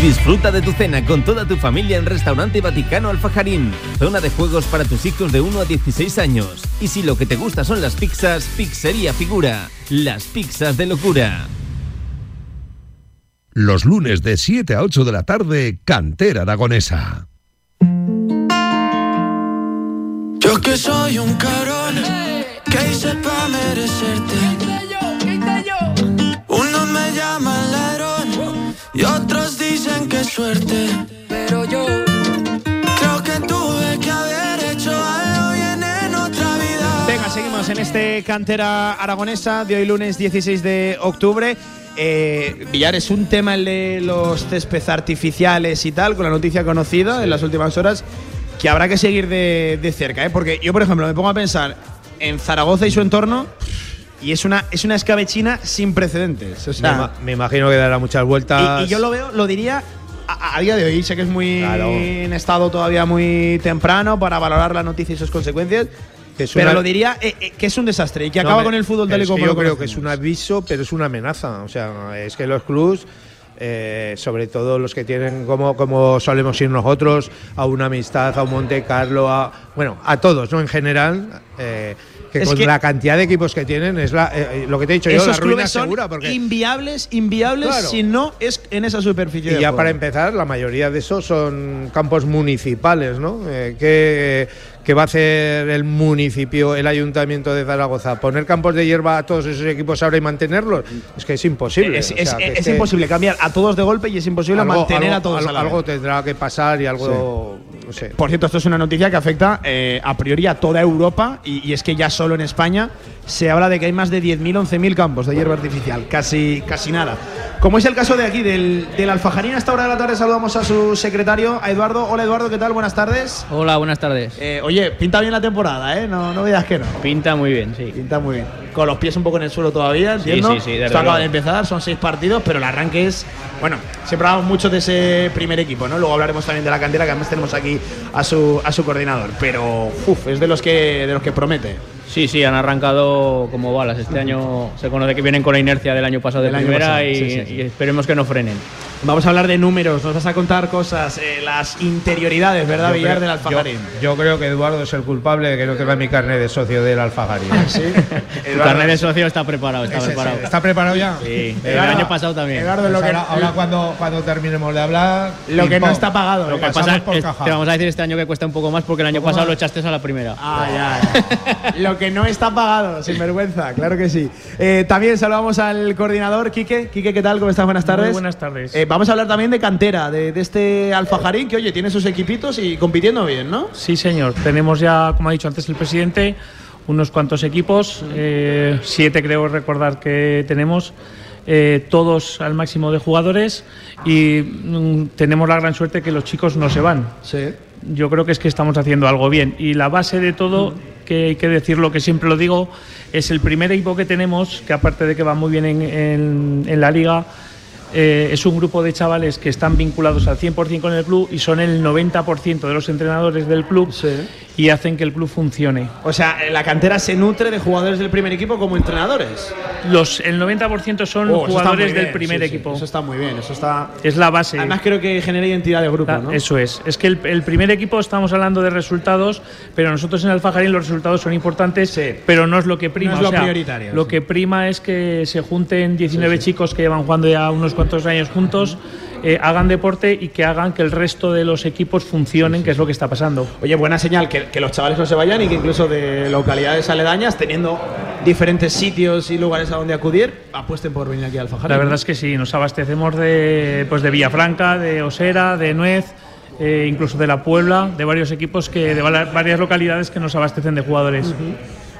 [SPEAKER 7] Disfruta de tu cena con toda tu familia en Restaurante Vaticano Alfajarín, zona de juegos para tus hijos de 1 a 16 años. Y si lo que te gusta son las pizzas, Pizzería Figura, las pizzas de locura.
[SPEAKER 1] Los lunes de 7 a 8 de la tarde, Cantera Aragonesa.
[SPEAKER 9] Yo que soy un cabrón que hice pa' merecerte. Unos me llaman ladrón y otros dicen que suerte.
[SPEAKER 10] Pero yo,
[SPEAKER 9] Creo que tuve que haber hecho algo bien en otra vida.
[SPEAKER 2] Venga, seguimos en este cantera aragonesa de hoy lunes 16 de octubre. Eh, Villar, es un tema el de los céspedes artificiales y tal, con la noticia conocida en las últimas horas, que habrá que seguir de, de cerca, ¿eh? porque yo, por ejemplo, me pongo a pensar en Zaragoza y su entorno, y es una, es una escabechina sin precedentes. O
[SPEAKER 3] Me,
[SPEAKER 2] sea,
[SPEAKER 3] ima- me imagino que dará muchas
[SPEAKER 2] Y,
[SPEAKER 3] vueltas.
[SPEAKER 2] y yo lo veo, lo diría a, a día de hoy. Sé que es muy
[SPEAKER 3] Claro.
[SPEAKER 2] en estado todavía muy temprano para valorar la noticia y sus consecuencias.
[SPEAKER 3] Que es
[SPEAKER 2] pero
[SPEAKER 3] una-
[SPEAKER 2] lo diría eh, eh, que es un desastre y que
[SPEAKER 3] No,
[SPEAKER 2] acaba
[SPEAKER 3] me-
[SPEAKER 2] con el fútbol
[SPEAKER 3] pero
[SPEAKER 2] tal y
[SPEAKER 3] es
[SPEAKER 2] como
[SPEAKER 3] que
[SPEAKER 2] lo
[SPEAKER 3] Yo creo que es un
[SPEAKER 2] conocemos.
[SPEAKER 3] aviso, pero es una amenaza. O sea, es que los clubs eh, sobre todo los que tienen, como, como solemos ir nosotros, a una amistad, a un Monte Carlo, a, bueno, a todos, ¿no? En general, eh, que
[SPEAKER 2] Es
[SPEAKER 3] con
[SPEAKER 2] que-
[SPEAKER 3] la cantidad de equipos que tienen, es la, eh, eh, lo que te he dicho yo, la
[SPEAKER 2] Esos
[SPEAKER 3] ruina
[SPEAKER 2] clubes son
[SPEAKER 3] segura. Porque,
[SPEAKER 2] inviables, inviables
[SPEAKER 3] Claro.
[SPEAKER 2] si no es en esa superficie.
[SPEAKER 3] y
[SPEAKER 2] de
[SPEAKER 3] ya
[SPEAKER 2] juego.
[SPEAKER 3] para em- empezar, la mayoría de esos son campos municipales, ¿no? Eh, ¿qué, qué va a hacer el municipio, el ayuntamiento de Zaragoza? ¿Poner campos de hierba a todos esos equipos ahora y mantenerlos? Es que es imposible.
[SPEAKER 2] Es,
[SPEAKER 3] o
[SPEAKER 2] es-
[SPEAKER 3] sea, que
[SPEAKER 2] es
[SPEAKER 3] que
[SPEAKER 2] imposible cambiar a todos de golpe y es imposible
[SPEAKER 3] algo-
[SPEAKER 2] mantener
[SPEAKER 3] algo-
[SPEAKER 2] a todos
[SPEAKER 3] algo,
[SPEAKER 2] a la vez.
[SPEAKER 3] algo tendrá que pasar y algo, no sé.
[SPEAKER 2] Por cierto, esto es una noticia que afecta eh, a priori a toda Europa y, y es que ya solo en España se habla de que hay más de 10.000, 11.000 campos de hierba artificial, casi, casi nada. Como es el caso de aquí, del, del Alfajarín, a esta hora de la tarde saludamos a su secretario, a Eduardo. Hola Eduardo, ¿qué tal? Buenas tardes.
[SPEAKER 10] Hola, buenas tardes.
[SPEAKER 2] Eh, oye, pinta bien la temporada, ¿eh? No, no veas que no.
[SPEAKER 10] Pinta muy bien, sí.
[SPEAKER 2] Pinta muy bien. Con los pies un poco en el suelo todavía, entiendo.
[SPEAKER 10] sí, sí, desde
[SPEAKER 2] Esto acaba
[SPEAKER 10] luego.
[SPEAKER 2] de empezar, son seis partidos, pero el arranque es. Bueno, siempre hablamos mucho de ese primer equipo, ¿no? Luego hablaremos también de la cantera, que además tenemos aquí a su, a su coordinador. Pero, uff, es de los que de los que promete.
[SPEAKER 10] Sí, sí, han arrancado como balas. Este año se conoce que vienen con la inercia del año pasado de
[SPEAKER 2] Del año
[SPEAKER 10] primera
[SPEAKER 2] pasado,
[SPEAKER 10] y,
[SPEAKER 2] sí, sí, sí.
[SPEAKER 10] y esperemos que no frenen.
[SPEAKER 2] Vamos a hablar de números, nos vas a contar cosas, eh, las interioridades, ¿verdad,
[SPEAKER 3] Yo
[SPEAKER 2] Villar
[SPEAKER 3] creo-
[SPEAKER 2] del Alfajarín?
[SPEAKER 3] Yo, yo creo que Eduardo es el culpable de que no tenga mi carnet de socio del Alfajarín.
[SPEAKER 2] (laughs) Sí.
[SPEAKER 10] El carnet de socio está preparado, está
[SPEAKER 3] Ese,
[SPEAKER 10] preparado.
[SPEAKER 3] ¿Está preparado ya?
[SPEAKER 10] Sí, el
[SPEAKER 3] Eduardo,
[SPEAKER 10] año pasado también.
[SPEAKER 2] Eduardo,
[SPEAKER 3] pues
[SPEAKER 2] lo que,
[SPEAKER 3] ahora ahora cuando, cuando terminemos de hablar.
[SPEAKER 2] lo que no
[SPEAKER 3] ping-pong.
[SPEAKER 2] está pagado.
[SPEAKER 3] Lo
[SPEAKER 2] ¿eh?
[SPEAKER 10] Lo que
[SPEAKER 3] pasamos
[SPEAKER 10] pasa es
[SPEAKER 3] por
[SPEAKER 10] que
[SPEAKER 3] caja.
[SPEAKER 10] te vamos a decir este año que cuesta un poco más porque el año pasado lo echaste a la primera.
[SPEAKER 2] Ah, ya, ya. Lo que no está pagado, sin vergüenza, claro que sí. Eh, también saludamos al coordinador, Quique. Quique, ¿qué tal? ¿Cómo estás? Buenas tardes.
[SPEAKER 11] buenas tardes.
[SPEAKER 2] Eh, vamos a hablar también de cantera, de, de este Alfajarín que, oye, tiene sus equipitos y compitiendo bien, ¿no?
[SPEAKER 11] Sí, señor. Tenemos ya, como ha dicho antes el presidente, unos cuantos equipos, eh, siete creo recordar que tenemos, eh, todos al máximo de jugadores y mm, tenemos la gran suerte que los chicos no se van.
[SPEAKER 2] Sí.
[SPEAKER 11] Yo creo que es que estamos haciendo algo bien y la base de todo, que hay que decir lo que siempre lo digo, es el primer equipo que tenemos, que aparte de que va muy bien en, en- en la liga, eh, es un grupo de chavales que están vinculados al 100% con el club y son el 90% de los entrenadores del club
[SPEAKER 2] Sí.
[SPEAKER 11] y hacen que el club funcione.
[SPEAKER 2] O sea, eh, la cantera se nutre de jugadores del primer equipo como entrenadores.
[SPEAKER 11] Los, el 90% son
[SPEAKER 2] Oh, eso está
[SPEAKER 11] jugadores
[SPEAKER 2] muy bien,
[SPEAKER 11] del primer
[SPEAKER 2] sí, sí,
[SPEAKER 11] equipo.
[SPEAKER 2] Eso está muy bien, eso está.
[SPEAKER 11] es la base.
[SPEAKER 2] Además, creo que genera identidad de grupo,
[SPEAKER 11] Ah,
[SPEAKER 2] ¿no?
[SPEAKER 11] Eso es. Es que el, el primer equipo estamos hablando de resultados, pero nosotros en Alfajarín los resultados son importantes,
[SPEAKER 2] Sí.
[SPEAKER 11] pero no es lo que prima.
[SPEAKER 2] No es
[SPEAKER 11] O
[SPEAKER 2] lo
[SPEAKER 11] sea,
[SPEAKER 2] prioritario,
[SPEAKER 11] Lo
[SPEAKER 2] sí.
[SPEAKER 11] que prima es que se junten 19 chicos que llevan jugando ya unos cuantos años juntos, eh, hagan deporte y que hagan que el resto de los equipos funcionen, que es lo que está pasando.
[SPEAKER 2] Oye, buena señal que, que los chavales no se vayan y que incluso de localidades aledañas, teniendo diferentes sitios y lugares a donde acudir, apuesten por venir aquí al Fajardo.
[SPEAKER 11] La verdad es que sí, nos abastecemos de, pues de Villafranca, de Osera, de Nuez, eh, incluso de La Puebla, de varios equipos, que de vala- varias localidades que nos abastecen de jugadores.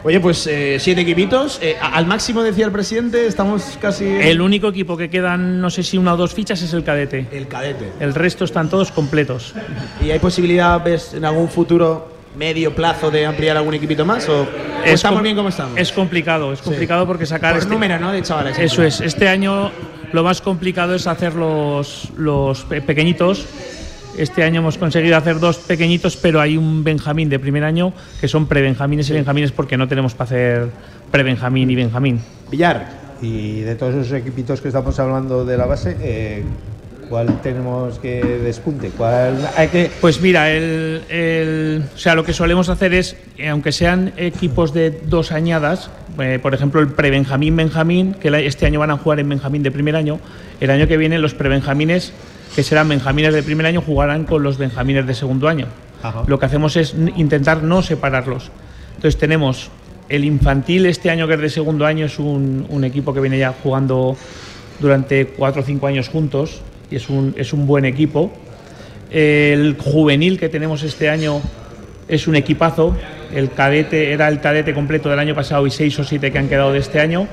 [SPEAKER 2] Oye, pues eh, siete equipitos. eh, a- al máximo decía el presidente, estamos casi.
[SPEAKER 11] El único equipo que quedan, no sé si una o dos fichas, es el cadete.
[SPEAKER 2] el cadete.
[SPEAKER 11] El resto están todos completos.
[SPEAKER 2] ¿Y hay posibilidad, ves, en algún futuro medio plazo de ampliar algún equipito más? ¿O, o estamos
[SPEAKER 11] com-
[SPEAKER 2] bien como estamos?
[SPEAKER 11] Es complicado, es complicado porque sacar
[SPEAKER 2] Por
[SPEAKER 11] este-
[SPEAKER 2] Pues número, ¿no? De chavales.
[SPEAKER 11] Eso es, este año lo más complicado es hacer los, los pe- pequeñitos. Este año hemos conseguido hacer dos pequeñitos, pero hay un Benjamín de primer año que son pre-Benjamines y Benjamines porque no tenemos para hacer pre-Benjamín y Benjamín.
[SPEAKER 2] Villar.
[SPEAKER 3] Y de todos esos equipitos que estamos hablando de la base, eh, ¿cuál tenemos que despunte? ¿Cuál hay que.?
[SPEAKER 11] Pues mira, el, el- o sea, lo que solemos hacer es, eh, aunque sean equipos de dos añadas, eh, por ejemplo el pre-Benjamín Benjamín, que la- este año van a jugar en Benjamín de primer año, el año que viene los pre-Benjamines, que serán Benjamines de primer año, jugarán con los Benjamines de segundo año.
[SPEAKER 3] Ajá.
[SPEAKER 11] Lo que hacemos es n- intentar no separarlos. Entonces tenemos el infantil este año que es de segundo año, es un, un equipo que viene ya jugando durante cuatro o cinco años juntos y es un, es un buen equipo. El juvenil que tenemos este año es un equipazo. El cadete era el cadete completo del año pasado y seis o siete que han quedado de este año.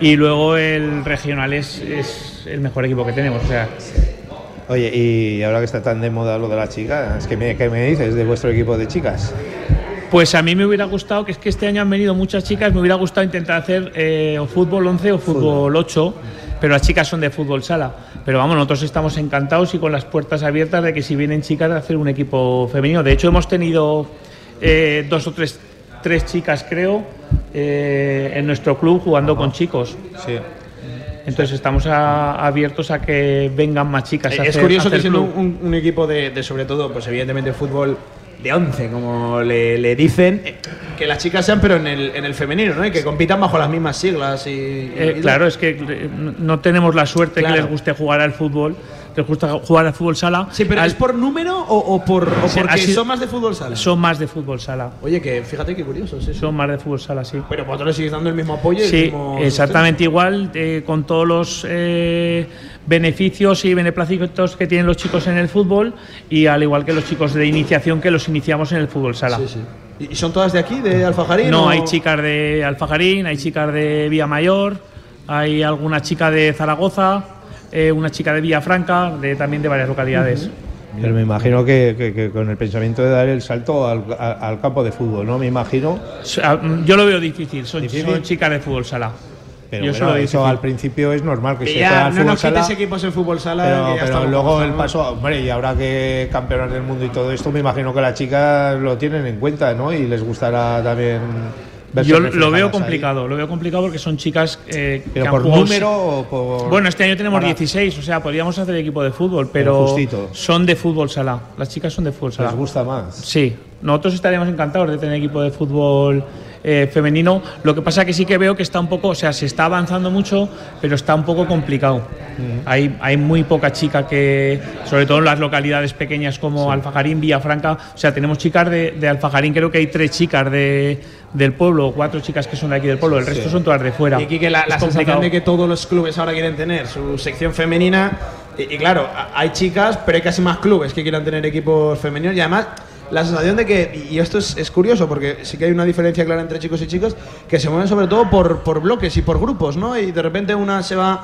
[SPEAKER 11] Y luego el regional es, es el mejor equipo que tenemos. O sea,
[SPEAKER 3] Oye, y ahora que está tan de moda lo de las chicas, ¿qué me, qué me dices de vuestro equipo de chicas?
[SPEAKER 11] pues a mí me hubiera gustado, que es que este año han venido muchas chicas, me hubiera gustado intentar hacer eh, o fútbol 11 o fútbol 8, pero las chicas son de fútbol sala. Pero vamos, nosotros estamos encantados y con las puertas abiertas de que si vienen chicas a hacer un equipo femenino. De hecho, hemos tenido eh, dos o tres, tres chicas, creo, eh, en nuestro club jugando con chicos.
[SPEAKER 3] Sí.
[SPEAKER 11] Entonces estamos a- abiertos a que vengan más chicas. a
[SPEAKER 2] Eh, es
[SPEAKER 11] hacer-
[SPEAKER 2] curioso
[SPEAKER 11] a
[SPEAKER 2] que
[SPEAKER 11] hacer
[SPEAKER 2] siendo
[SPEAKER 11] club.
[SPEAKER 2] un, un equipo de, de sobre todo, pues evidentemente fútbol de 11, como le, le dicen, eh, que las chicas sean, pero en el, en el femenino, ¿no? Y que compitan bajo las mismas siglas y... y-
[SPEAKER 11] Eh,
[SPEAKER 2] y-
[SPEAKER 11] claro, es que eh, no- no tenemos la suerte
[SPEAKER 2] Claro.
[SPEAKER 11] que les guste jugar al fútbol, les gusta jugar al fútbol sala.
[SPEAKER 2] Sí, pero
[SPEAKER 11] Al-
[SPEAKER 2] ¿es por número o, o por, o
[SPEAKER 11] Sí,
[SPEAKER 2] porque
[SPEAKER 11] así-
[SPEAKER 2] son más de fútbol sala?
[SPEAKER 11] son más de fútbol sala.
[SPEAKER 2] Oye, que fíjate qué curioso es eso.
[SPEAKER 11] Son más de fútbol sala, sí.
[SPEAKER 2] Pero vosotros le sigues dando el mismo apoyo y el
[SPEAKER 11] Sí,
[SPEAKER 2] mismo
[SPEAKER 11] exactamente igual, eh, con todos los eh, beneficios y beneplácitos que tienen los chicos en el fútbol y al igual que los chicos de iniciación que los iniciamos en el fútbol sala.
[SPEAKER 2] sustento. Sí, sí. ¿Y- ¿Y son todas de aquí, de Alfajarín?
[SPEAKER 11] No,
[SPEAKER 2] o-
[SPEAKER 11] hay chicas de Alfajarín, hay chicas de Vía Mayor, hay alguna chica de Zaragoza, eh, una chica de Villafranca, de, también de varias localidades.
[SPEAKER 3] Pero me imagino que, que- que con el pensamiento de dar el salto al, a- al campo de fútbol, ¿no? Me imagino.
[SPEAKER 11] So- ah, mm, Yo lo veo difícil, son,
[SPEAKER 3] ¿Difícil?
[SPEAKER 11] son chicas de fútbol sala.
[SPEAKER 3] Pero
[SPEAKER 11] Yo
[SPEAKER 3] bueno,
[SPEAKER 11] solo digo
[SPEAKER 3] eso
[SPEAKER 11] que sí.
[SPEAKER 3] al principio es normal que
[SPEAKER 2] Que
[SPEAKER 3] se juega
[SPEAKER 2] ya
[SPEAKER 3] al
[SPEAKER 2] no
[SPEAKER 3] fútbol
[SPEAKER 2] nos
[SPEAKER 3] sala.
[SPEAKER 2] quites equipos en fútbol sala.
[SPEAKER 3] Pero,
[SPEAKER 2] que ya
[SPEAKER 3] pero
[SPEAKER 2] estamos
[SPEAKER 3] luego el
[SPEAKER 2] avanzando.
[SPEAKER 3] paso, hombre, y ahora que campeonas del mundo y todo esto, me imagino que las chicas lo tienen en cuenta, ¿no? Y les gustará también verse
[SPEAKER 11] Yo lo
[SPEAKER 3] reflejadas
[SPEAKER 11] veo
[SPEAKER 3] ahí.
[SPEAKER 11] complicado, lo veo complicado porque son chicas eh, que
[SPEAKER 3] Pero
[SPEAKER 11] han
[SPEAKER 3] por
[SPEAKER 11] jugado-
[SPEAKER 3] número o por.
[SPEAKER 11] Bueno, este año tenemos
[SPEAKER 3] para-
[SPEAKER 11] 16, o sea, podríamos hacer equipo de fútbol,
[SPEAKER 3] Pero
[SPEAKER 11] pero,
[SPEAKER 3] justito.
[SPEAKER 11] son de fútbol sala. Las chicas son de fútbol sala.
[SPEAKER 3] Les gusta más.
[SPEAKER 11] Sí, nosotros estaríamos encantados de tener equipo de fútbol eh, femenino. Lo que pasa que sí que veo que está un poco, o sea, se está avanzando mucho, pero está un poco complicado. Hay, hay muy poca chica que, sobre todo en las localidades pequeñas como Alfajarín, Villafranca, o sea, tenemos chicas de, de Alfajarín, creo que hay tres chicas de, del pueblo, cuatro chicas que son de aquí del pueblo, el resto son todas de fuera.
[SPEAKER 2] Y Quique, la,
[SPEAKER 11] Es
[SPEAKER 2] la sensación
[SPEAKER 11] complicado.
[SPEAKER 2] de que todos los clubes ahora quieren tener su sección femenina. Y, y claro, a- hay chicas, pero hay casi más clubes que quieran tener equipos femeninos. Y además, la sensación de que, y esto es, es curioso, porque sí que hay una diferencia clara entre chicos y chicas, que se mueven sobre todo por, por bloques y por grupos, ¿no? Y de repente una se va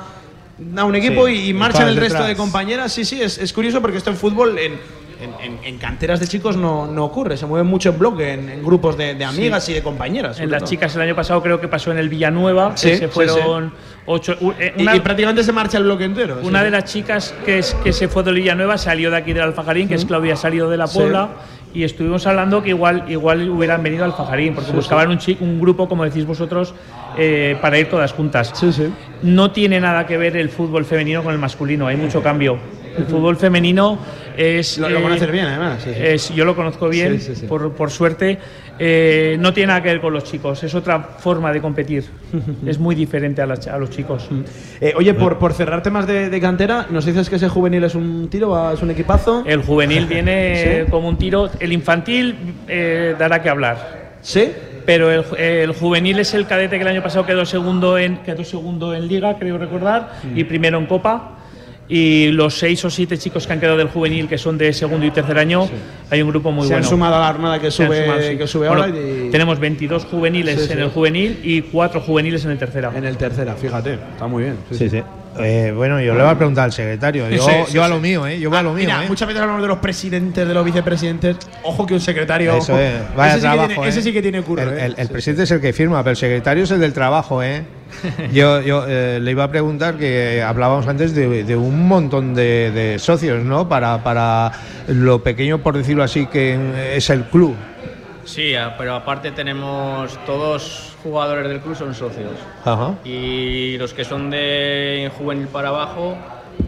[SPEAKER 2] a un equipo
[SPEAKER 3] Sí,
[SPEAKER 2] y,
[SPEAKER 3] y
[SPEAKER 2] y marchan
[SPEAKER 3] vas
[SPEAKER 2] el resto
[SPEAKER 3] detrás.
[SPEAKER 2] de compañeras. Sí, sí, es, es curioso porque esto en fútbol, en, en- en- en canteras de chicos, no, no ocurre. Se mueven mucho en bloque, en, en grupos de, de amigas y de compañeras.
[SPEAKER 11] En
[SPEAKER 2] sobre
[SPEAKER 11] las
[SPEAKER 2] todo.
[SPEAKER 11] chicas el año pasado creo que pasó en el Villanueva,
[SPEAKER 2] Sí,
[SPEAKER 11] que
[SPEAKER 2] sí,
[SPEAKER 11] se fueron ocho. u- eh,
[SPEAKER 2] Y,
[SPEAKER 11] una-
[SPEAKER 2] y prácticamente se marcha el bloque entero.
[SPEAKER 11] Una
[SPEAKER 2] sí.
[SPEAKER 11] de las chicas que, es, que se fue de Villanueva salió de aquí del Alfajarín, que es Claudia, salió de la Puebla. Y estuvimos hablando que igual, igual hubieran venido al Alfajarín, porque buscaban Un, chi- un grupo, como decís vosotros, eh, para ir todas juntas. No tiene nada que ver el fútbol femenino con el masculino, hay mucho cambio. El fútbol femenino es.
[SPEAKER 2] Lo, lo
[SPEAKER 11] eh,
[SPEAKER 2] van a hacer bien, además. sí, sí.
[SPEAKER 11] es- yo lo conozco bien,
[SPEAKER 2] Sí, sí, sí.
[SPEAKER 11] Por, por suerte. Eh, no tiene nada que ver con los chicos, es otra forma
[SPEAKER 2] (laughs)
[SPEAKER 11] de competir. es muy diferente a, las ch- a los chicos.
[SPEAKER 2] Eh, oye, por, por cerrar temas de, de cantera, nos dices que ese juvenil es un tiro, va- es un equipazo.
[SPEAKER 11] El juvenil viene
[SPEAKER 2] ¿Sí?
[SPEAKER 11] como un tiro. El infantil eh, dará que hablar.
[SPEAKER 2] ¿Sí?
[SPEAKER 11] Pero el, ju- el juvenil es el cadete que el año pasado quedó segundo en, quedó segundo en Liga, creo recordar, y primero en Copa. Y los seis o siete chicos que han quedado del juvenil, que son de segundo y tercer año, hay un grupo muy
[SPEAKER 2] se
[SPEAKER 11] bueno.
[SPEAKER 2] han sumado a la armada que
[SPEAKER 11] Se han
[SPEAKER 2] sube,
[SPEAKER 11] sumado, sí.
[SPEAKER 2] que sube
[SPEAKER 11] Bueno,
[SPEAKER 2] ahora. y-
[SPEAKER 11] Tenemos 22 juveniles
[SPEAKER 2] Sí, sí.
[SPEAKER 11] en el juvenil y cuatro juveniles en el tercera.
[SPEAKER 2] En el tercera, fíjate. Está muy bien. sí, sí.
[SPEAKER 3] Sí, sí. Eh, bueno, yo le voy a preguntar al secretario. Yo,
[SPEAKER 2] Sí, sí,
[SPEAKER 3] yo a
[SPEAKER 2] sí. Ah,
[SPEAKER 3] lo mío, ¿eh? Yo voy a lo mío,
[SPEAKER 2] Mira,
[SPEAKER 3] ¿eh?
[SPEAKER 2] muchas veces hablamos de los presidentes, de los vicepresidentes. Ojo que un secretario.
[SPEAKER 3] Eso es. Vaya
[SPEAKER 2] ese, sí
[SPEAKER 3] trabajo,
[SPEAKER 2] que tiene,
[SPEAKER 3] ¿eh?
[SPEAKER 2] ese sí que tiene curro.
[SPEAKER 3] El,
[SPEAKER 2] ¿eh?
[SPEAKER 3] el- el
[SPEAKER 2] Sí,
[SPEAKER 3] presidente es el que firma, pero el secretario es el del trabajo,
[SPEAKER 2] (laughs)
[SPEAKER 3] ¿eh? Yo, yo, eh, le iba a preguntar que hablábamos antes de, de un montón de, de socios, ¿no? Para, para lo pequeño, por decirlo así, que es el club.
[SPEAKER 10] Sí, a- pero aparte tenemos todos jugadores del club son socios.
[SPEAKER 3] Ajá.
[SPEAKER 10] Y los que son de juvenil para abajo,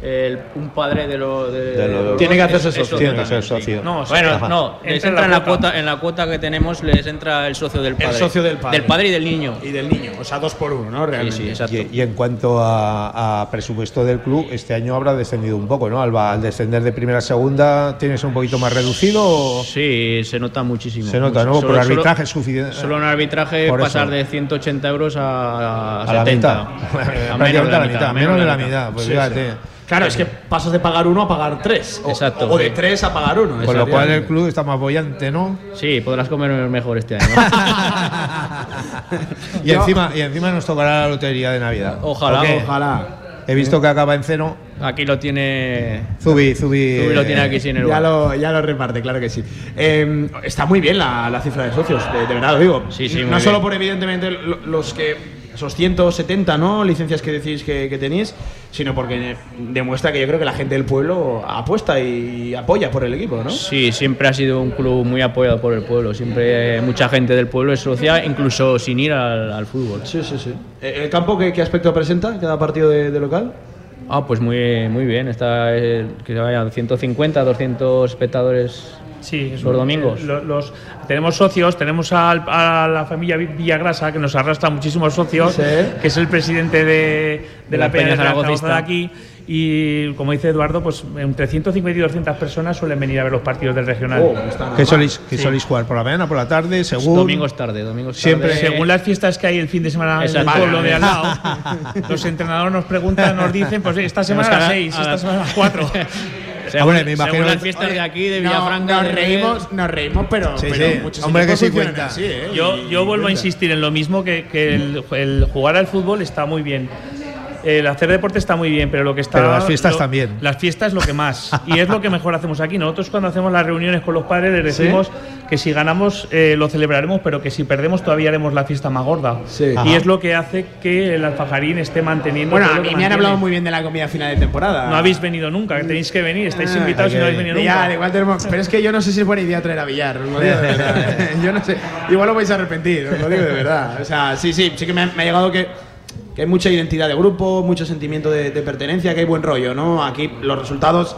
[SPEAKER 10] el- un padre de los.
[SPEAKER 3] De lo-
[SPEAKER 2] Tiene que hacerse
[SPEAKER 10] socio.
[SPEAKER 2] socio.
[SPEAKER 3] Tiene que
[SPEAKER 10] también,
[SPEAKER 3] ser socio.
[SPEAKER 10] sí.
[SPEAKER 11] No, o sea,
[SPEAKER 10] Bueno,
[SPEAKER 3] Ajá.
[SPEAKER 10] no, les
[SPEAKER 11] Entra en
[SPEAKER 10] entra en
[SPEAKER 11] la
[SPEAKER 10] la, cuota, en la cuota que tenemos, les entra el socio del padre.
[SPEAKER 2] socio del padre.
[SPEAKER 10] Del padre y del niño.
[SPEAKER 2] Y del niño, o sea, dos por uno, ¿no?
[SPEAKER 10] Sí,
[SPEAKER 2] Realmente.
[SPEAKER 10] sí, exacto.
[SPEAKER 3] Y, y en cuanto a, a presupuesto del club, este año habrá descendido un poco, ¿no? Alba, al descender de primera a segunda, ¿tienes un poquito más reducido? o-
[SPEAKER 10] Sí, se nota muchísimo.
[SPEAKER 3] Se nota, ¿no?
[SPEAKER 10] Solo-
[SPEAKER 3] Por
[SPEAKER 10] solo-
[SPEAKER 3] arbitraje es suficiente.
[SPEAKER 10] Solo en arbitraje
[SPEAKER 3] Por eso.
[SPEAKER 10] pasar de 180 euros a,
[SPEAKER 3] A la
[SPEAKER 10] 70.
[SPEAKER 3] (laughs) mitad. Prácticamente a la mitad, menos de la mitad. Pues
[SPEAKER 10] Sí,
[SPEAKER 3] fíjate.
[SPEAKER 10] sí.
[SPEAKER 2] Claro, es que pasas de pagar uno a pagar tres. O,
[SPEAKER 10] Exacto,
[SPEAKER 2] o de
[SPEAKER 10] sí.
[SPEAKER 2] tres a pagar uno.
[SPEAKER 3] Con lo cual el
[SPEAKER 2] efectivamente.
[SPEAKER 3] club está más bollante, ¿no?
[SPEAKER 10] Sí, podrás comer mejor este año.
[SPEAKER 3] (laughs) y, encima, y encima nos tocará la lotería de Navidad.
[SPEAKER 10] Ojalá,
[SPEAKER 3] ¿O qué?
[SPEAKER 2] Ojalá.
[SPEAKER 3] He visto que acaba en cero.
[SPEAKER 10] Aquí lo tiene.
[SPEAKER 3] Zubi, Zubi.
[SPEAKER 10] Zubi
[SPEAKER 3] eh,
[SPEAKER 10] lo tiene aquí sin el
[SPEAKER 2] Ya
[SPEAKER 10] bar.
[SPEAKER 2] lo, ya lo reparte, claro que sí. Eh, está muy bien la, la cifra de socios, de, de verdad lo digo.
[SPEAKER 10] Sí, sí,
[SPEAKER 2] no
[SPEAKER 10] muy
[SPEAKER 2] solo
[SPEAKER 10] bien.
[SPEAKER 2] por, evidentemente, lo- los que esos 170 ¿no? licencias que decís que, que tenéis, sino porque demuestra que yo creo que la gente del pueblo apuesta y apoya por el equipo, ¿no?
[SPEAKER 10] Sí, siempre ha sido un club muy apoyado por el pueblo. Siempre eh, mucha gente del pueblo es socia, incluso sin ir al, al fútbol.
[SPEAKER 2] Sí, sí, sí. ¿El campo qué, qué aspecto presenta cada partido de, de local?
[SPEAKER 10] Ah, pues muy, muy bien. Está eh, que se vayan 150, 200 espectadores
[SPEAKER 11] Sí, es
[SPEAKER 10] los
[SPEAKER 11] un-
[SPEAKER 10] domingos.
[SPEAKER 11] Eh, lo- Los, tenemos socios, tenemos al- a la familia Vi- Villagrasa, que nos arrastra muchísimos socios,
[SPEAKER 2] Sí.
[SPEAKER 11] que es el presidente de, de
[SPEAKER 10] De
[SPEAKER 11] la
[SPEAKER 10] la
[SPEAKER 11] Peña
[SPEAKER 10] Peña
[SPEAKER 11] de Zaragoza de
[SPEAKER 10] zaragocista.
[SPEAKER 11] aquí. Y como dice Eduardo, pues entre 150 y 200 personas suelen venir a ver los partidos del regional.
[SPEAKER 2] Oh, no está nada
[SPEAKER 3] ¿Qué
[SPEAKER 2] mal.
[SPEAKER 3] soléis, qué
[SPEAKER 11] Sí.
[SPEAKER 3] soléis jugar? ¿Por la mañana, por la tarde? Según.
[SPEAKER 10] Domingos tarde, domingos
[SPEAKER 3] Siempre-
[SPEAKER 10] tarde.
[SPEAKER 11] Según las fiestas que hay el fin de semana en el
[SPEAKER 10] Exacto.
[SPEAKER 11] pueblo de al lado, los entrenadores nos preguntan, nos dicen, pues esta semana a las
[SPEAKER 10] Tenemos
[SPEAKER 11] 6,
[SPEAKER 10] que a-
[SPEAKER 11] esta
[SPEAKER 10] a-
[SPEAKER 11] semana a
[SPEAKER 10] (laughs)
[SPEAKER 11] las
[SPEAKER 2] (laughs)
[SPEAKER 11] 4.
[SPEAKER 3] Ah, bueno, me
[SPEAKER 10] Según
[SPEAKER 3] imagino-
[SPEAKER 10] las fiestas de aquí, de Villafranca.
[SPEAKER 2] nos
[SPEAKER 10] de-
[SPEAKER 2] reímos, nos reímos, pero,
[SPEAKER 3] Sí,
[SPEAKER 2] pero
[SPEAKER 3] sí.
[SPEAKER 2] muchos
[SPEAKER 3] Hombre,
[SPEAKER 2] equipos
[SPEAKER 3] que sí
[SPEAKER 2] funcionan
[SPEAKER 3] cuenta.
[SPEAKER 2] así, ¿eh?
[SPEAKER 11] Yo, yo vuelvo a insistir en lo mismo, que, que el, el jugar al fútbol está muy bien. El hacer deporte está muy bien, pero lo que está.
[SPEAKER 3] Pero las fiestas
[SPEAKER 11] lo-
[SPEAKER 3] también.
[SPEAKER 11] Las fiestas es lo que más. Y es lo que mejor hacemos aquí. Nosotros, cuando hacemos las reuniones con los padres, les decimos que si ganamos eh, lo celebraremos, pero que si perdemos todavía haremos la fiesta más gorda.
[SPEAKER 2] Sí.
[SPEAKER 11] Y
[SPEAKER 2] Ajá.
[SPEAKER 11] es lo que hace que el alfajarín esté manteniendo.
[SPEAKER 2] Bueno,
[SPEAKER 11] todo
[SPEAKER 2] a
[SPEAKER 11] lo
[SPEAKER 2] mí
[SPEAKER 11] que
[SPEAKER 2] me han
[SPEAKER 11] mantiene.
[SPEAKER 2] hablado muy bien de la comida final de temporada.
[SPEAKER 11] No habéis venido nunca, que tenéis que venir. Estáis
[SPEAKER 2] Ah,
[SPEAKER 11] invitados y no habéis venido
[SPEAKER 2] Ya,
[SPEAKER 11] nunca.
[SPEAKER 2] de igual tenemos. Pero es que yo no sé si es buena idea traer a Villar. os lo digo de verdad. ¿eh? (laughs) yo no sé. Igual lo vais a arrepentir, os lo digo de verdad. O sea, sí, sí, sí que me ha, me ha llegado que, que hay mucha identidad de grupo, mucho sentimiento de, de pertenencia, que hay buen rollo, ¿no? Aquí los resultados.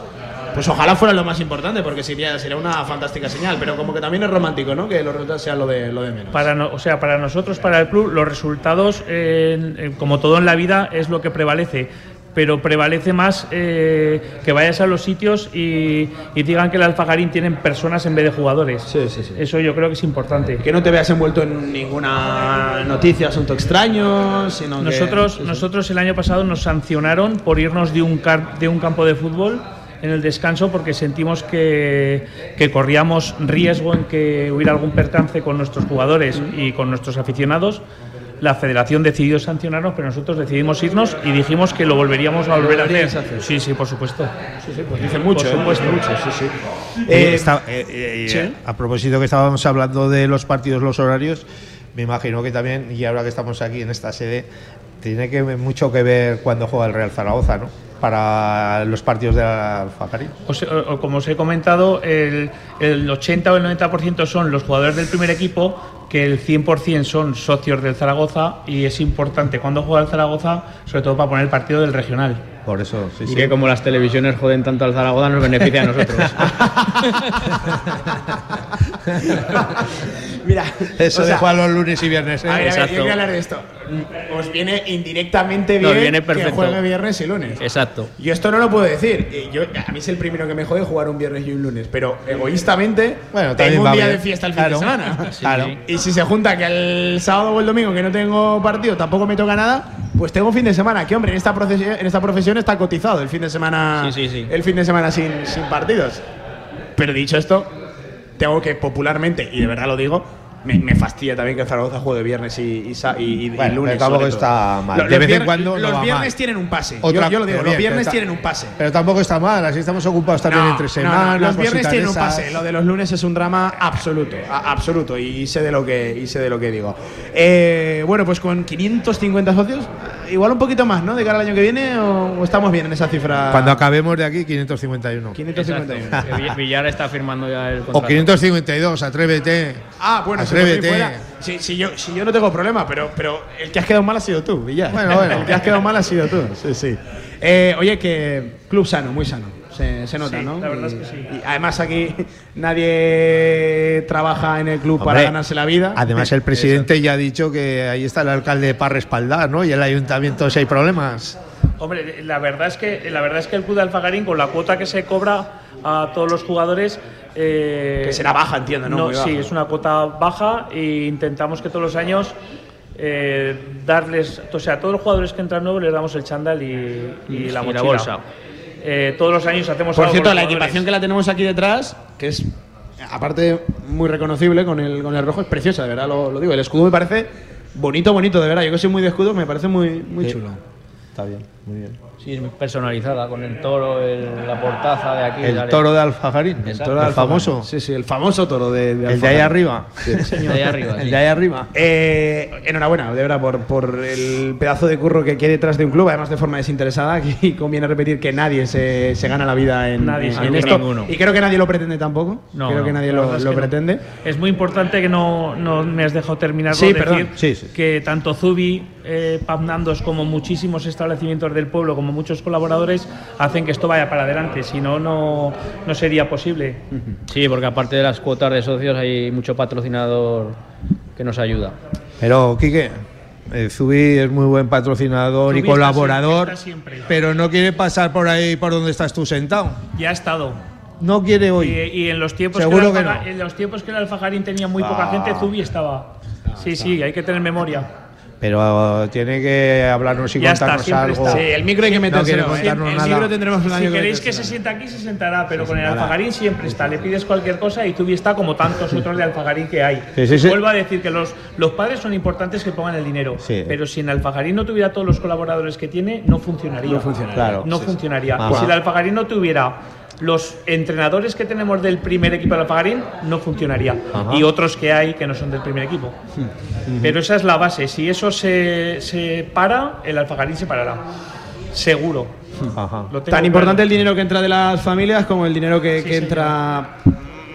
[SPEAKER 2] Pues ojalá fueran lo más importante, porque sería, sería una fantástica señal. Pero como que también es romántico, ¿no? Que los resultados sean lo de, lo de menos.
[SPEAKER 11] Para no- o sea, para nosotros, para el club, los resultados, eh, en- en- como todo en la vida, es lo que prevalece. Pero prevalece más eh, que vayas a los sitios y, y digan que el Alfajarín tienen personas en vez de jugadores.
[SPEAKER 2] Sí, sí, sí.
[SPEAKER 11] Eso yo creo que es importante.
[SPEAKER 2] Que no te veas envuelto en ninguna noticia, asunto extraño, sino que-
[SPEAKER 11] Nosotros,
[SPEAKER 2] sí, sí.
[SPEAKER 11] nosotros el año pasado nos sancionaron por irnos de un, car- de un campo de fútbol en el descanso porque sentimos que, que corríamos riesgo en que hubiera algún percance con nuestros jugadores y con nuestros aficionados. La federación decidió sancionarnos, pero nosotros decidimos irnos y dijimos que lo volveríamos a volver a hacer.
[SPEAKER 2] volveríais a hacer.
[SPEAKER 11] Sí, sí, por supuesto.
[SPEAKER 2] Sí, sí, pues dice mucho,
[SPEAKER 11] Por
[SPEAKER 2] ¿eh?
[SPEAKER 11] supuesto.
[SPEAKER 2] Dice mucho, sí, sí.
[SPEAKER 3] Eh,
[SPEAKER 2] Eh,
[SPEAKER 3] está- eh, eh, eh,
[SPEAKER 2] sí.
[SPEAKER 3] A propósito que estábamos hablando de los partidos, los horarios, me imagino que también, y ahora que estamos aquí en esta sede, tiene que ver- mucho que ver cuando juega el Real Zaragoza, ¿no? Para los partidos de Alfacarín.
[SPEAKER 11] Os- o- o como os he comentado, el, el 80 o el 90% son los jugadores del primer equipo, que el 100% son socios del Zaragoza y es importante cuando juega el Zaragoza, sobre todo para poner el partido del regional.
[SPEAKER 3] Por eso, sí,
[SPEAKER 10] Y
[SPEAKER 3] sí.
[SPEAKER 10] que como las televisiones joden tanto al Zaragoza, nos beneficia a nosotros.
[SPEAKER 2] Mira,
[SPEAKER 3] Eso
[SPEAKER 2] (laughs) o
[SPEAKER 3] de
[SPEAKER 2] sea,
[SPEAKER 3] jugar los lunes y viernes. ¿eh?
[SPEAKER 2] a ver, a ver,
[SPEAKER 10] Exacto.
[SPEAKER 2] Ah, yo quiero hablar de esto. Os viene indirectamente
[SPEAKER 10] Nos
[SPEAKER 2] bien
[SPEAKER 10] viene
[SPEAKER 2] que
[SPEAKER 10] perfecto.
[SPEAKER 2] juegue viernes y lunes.
[SPEAKER 10] Exacto.
[SPEAKER 2] Yo esto no lo puedo decir. Eh, Yo, a mí es el primero que me jode jugar un viernes y un lunes, pero egoístamente
[SPEAKER 3] Bueno, también
[SPEAKER 2] tengo
[SPEAKER 3] va
[SPEAKER 2] un día
[SPEAKER 3] bien.
[SPEAKER 2] de fiesta el
[SPEAKER 3] Claro.
[SPEAKER 2] fin de
[SPEAKER 3] (laughs)
[SPEAKER 2] semana.
[SPEAKER 3] Sí, Claro. sí.
[SPEAKER 2] Y si se junta que el sábado o el domingo que no tengo partido tampoco me toca nada, pues tengo fin de semana. Que hombre, en esta profesión, en esta profesión está cotizado el fin de semana,
[SPEAKER 10] Sí, sí, sí.
[SPEAKER 2] el fin de semana sin, sin partidos. Pero dicho esto, tengo que popularmente, y de verdad lo digo, me, me fastidia también que el Zaragoza juegue viernes y, y, sa- y- y- y
[SPEAKER 3] Bueno, pero
[SPEAKER 2] lunes.
[SPEAKER 3] tampoco
[SPEAKER 2] sobre todo.
[SPEAKER 3] está mal.
[SPEAKER 2] Lo-
[SPEAKER 3] De
[SPEAKER 2] los
[SPEAKER 3] vez en
[SPEAKER 2] vier-
[SPEAKER 3] cuando no
[SPEAKER 2] Los
[SPEAKER 3] va
[SPEAKER 2] viernes
[SPEAKER 3] mal.
[SPEAKER 2] tienen un pase. Yo-
[SPEAKER 3] Otra-
[SPEAKER 2] yo, lo
[SPEAKER 3] pero
[SPEAKER 2] digo, los
[SPEAKER 3] bien,
[SPEAKER 2] viernes
[SPEAKER 3] pero ta-
[SPEAKER 2] tienen un pase.
[SPEAKER 3] Pero tampoco está mal, así estamos ocupados también
[SPEAKER 2] No,
[SPEAKER 3] entre
[SPEAKER 2] no,
[SPEAKER 3] semanas.
[SPEAKER 2] no, los viernes
[SPEAKER 3] cositas
[SPEAKER 2] tienen un
[SPEAKER 3] esas.
[SPEAKER 2] pase. Lo de los lunes es un drama absoluto, a- absoluto. Y sé de lo que, y sé de lo que digo. Eh, bueno, pues con 550 socios, igual un poquito más, ¿no? De cara al año que viene, o, o estamos bien en esa cifra.
[SPEAKER 3] Cuando acabemos de aquí, 551.
[SPEAKER 2] 551.
[SPEAKER 10] Exacto. Que Vill- Villar está firmando ya el contrato.
[SPEAKER 3] (laughs) O 552, atrévete.
[SPEAKER 2] Ah, bueno, si
[SPEAKER 3] Atrévete.
[SPEAKER 2] por mí fuera- Si, si yo, si yo no tengo problema, pero, pero el que has quedado mal ha sido tú, Villar.
[SPEAKER 3] Bueno, bueno.
[SPEAKER 2] (laughs) El que has quedado mal ha sido tú, sí, sí. Eh, oye, que club sano, muy sano. Se, se nota,
[SPEAKER 11] Sí,
[SPEAKER 2] ¿no?
[SPEAKER 11] la verdad
[SPEAKER 2] Y-
[SPEAKER 11] es que sí.
[SPEAKER 2] Y además aquí nadie trabaja en el club para
[SPEAKER 3] Hombre,
[SPEAKER 2] ganarse la vida.
[SPEAKER 3] Además, el presidente ya ha dicho que ahí está el alcalde para respaldar, ¿no? Y el ayuntamiento si hay problemas.
[SPEAKER 11] Hombre, la verdad es que, la verdad es que el club de Alfagarín, con la cuota que se cobra a todos los jugadores. eh,
[SPEAKER 2] Que será baja, entiendo, ¿no?
[SPEAKER 11] No,
[SPEAKER 2] Muy
[SPEAKER 11] sí,
[SPEAKER 2] baja.
[SPEAKER 11] es una cuota baja e intentamos que todos los años eh, darles, o sea, a todos los jugadores que entran nuevos les damos el chándal y, y la
[SPEAKER 10] Y la
[SPEAKER 11] mochila.
[SPEAKER 10] bolsa.
[SPEAKER 11] Eh, todos los años hacemos
[SPEAKER 2] Por
[SPEAKER 11] algo
[SPEAKER 2] cierto,
[SPEAKER 11] con
[SPEAKER 2] la
[SPEAKER 11] los
[SPEAKER 2] equipación que
[SPEAKER 11] jugadores.
[SPEAKER 2] la tenemos aquí detrás, que es aparte muy reconocible con el, con el rojo, es preciosa, de verdad lo, lo digo. El escudo me parece bonito, bonito, de verdad. Yo que soy muy de escudos, me parece muy, muy chulo.
[SPEAKER 3] Está bien, muy bien.
[SPEAKER 10] Sí, personalizada, con el toro, el- la portaza de aquí.
[SPEAKER 3] El
[SPEAKER 10] dale.
[SPEAKER 3] toro de Alfajarín, el,
[SPEAKER 10] Exacto.
[SPEAKER 3] toro
[SPEAKER 10] El
[SPEAKER 3] del famoso.
[SPEAKER 2] Sí, sí, el famoso toro de,
[SPEAKER 3] El de ahí
[SPEAKER 2] Alfajara.
[SPEAKER 3] arriba.
[SPEAKER 10] El de ahí arriba.
[SPEAKER 3] El
[SPEAKER 10] sí.
[SPEAKER 3] de ahí arriba.
[SPEAKER 2] Eh, enhorabuena, de verdad, por, por el pedazo de curro que quiere detrás de un club, además de forma desinteresada. Y conviene repetir que (laughs) nadie se, se gana la vida en,
[SPEAKER 11] Nadie,
[SPEAKER 2] en
[SPEAKER 11] seguro.
[SPEAKER 2] esto.
[SPEAKER 11] Ninguno.
[SPEAKER 2] Y creo que nadie lo pretende tampoco.
[SPEAKER 11] No,
[SPEAKER 2] creo que
[SPEAKER 11] no,
[SPEAKER 2] nadie
[SPEAKER 11] la
[SPEAKER 2] lo,
[SPEAKER 11] verdad es
[SPEAKER 2] lo
[SPEAKER 11] que no.
[SPEAKER 2] pretende.
[SPEAKER 11] Es muy importante que no, no me has dejado terminar
[SPEAKER 2] Sí,
[SPEAKER 11] con
[SPEAKER 2] perdón.
[SPEAKER 11] decir
[SPEAKER 3] Sí, sí.
[SPEAKER 11] que tanto Zubi, eh, Pap Nandos, como muchísimos establecimientos del pueblo, como muchos colaboradores, hacen que esto vaya para adelante. Si no, no, no sería posible.
[SPEAKER 10] Sí, porque aparte de las cuotas de socios hay mucho patrocinador que nos ayuda.
[SPEAKER 3] Pero, Quique, eh, Zubi es muy buen patrocinador
[SPEAKER 11] Zubi
[SPEAKER 3] y
[SPEAKER 11] está
[SPEAKER 3] colaborador,
[SPEAKER 11] siempre, está siempre.
[SPEAKER 3] pero no quiere pasar por ahí por donde estás tú sentado.
[SPEAKER 11] Ya ha estado.
[SPEAKER 3] No quiere
[SPEAKER 11] Y,
[SPEAKER 3] hoy.
[SPEAKER 11] y en, los tiempos
[SPEAKER 3] Seguro
[SPEAKER 11] el
[SPEAKER 3] que
[SPEAKER 11] Alfaja-
[SPEAKER 3] no. Ah.
[SPEAKER 11] en los tiempos que el Alfajarín tenía muy poca gente, Zubi estaba. sí, sí, hay que tener memoria.
[SPEAKER 3] Pero tiene que hablarnos y
[SPEAKER 11] Ya está,
[SPEAKER 3] contarnos
[SPEAKER 11] siempre
[SPEAKER 3] algo.
[SPEAKER 11] está.
[SPEAKER 2] Sí, el micro hay que
[SPEAKER 3] No
[SPEAKER 2] metérselo.
[SPEAKER 3] quiere contarnos
[SPEAKER 2] el
[SPEAKER 3] nada.
[SPEAKER 2] micro tendremos un año
[SPEAKER 11] Si queréis que
[SPEAKER 2] metérselo.
[SPEAKER 11] se sienta aquí, se sentará, pero con el alfajarín siempre está. Le pides cualquier cosa y Tubi está como tantos otros de alfajarín que hay.
[SPEAKER 3] Sí, sí, sí.
[SPEAKER 11] Vuelvo a decir que los, los padres son importantes que pongan el dinero,
[SPEAKER 3] Sí.
[SPEAKER 11] pero si en alfajarín no tuviera todos los colaboradores que tiene, no funcionaría. No funcionaría.
[SPEAKER 3] Claro, sí, Ah,
[SPEAKER 11] no
[SPEAKER 3] sí.
[SPEAKER 11] funcionaría.
[SPEAKER 3] Ajá.
[SPEAKER 11] Si el alfajarín no tuviera los entrenadores que tenemos del primer equipo del alfajarín, no funcionaría.
[SPEAKER 3] Ajá. Hmm.
[SPEAKER 11] Y otros que hay que no son del primer equipo. Pero esa es la base. Si eso se, se para, el alfajarín se parará. Seguro.
[SPEAKER 3] Ajá.
[SPEAKER 11] Lo tengo
[SPEAKER 2] Tan
[SPEAKER 11] claro.
[SPEAKER 2] importante el dinero que entra de las familias como el dinero que,
[SPEAKER 11] Sí,
[SPEAKER 2] que
[SPEAKER 11] señor.
[SPEAKER 2] entra.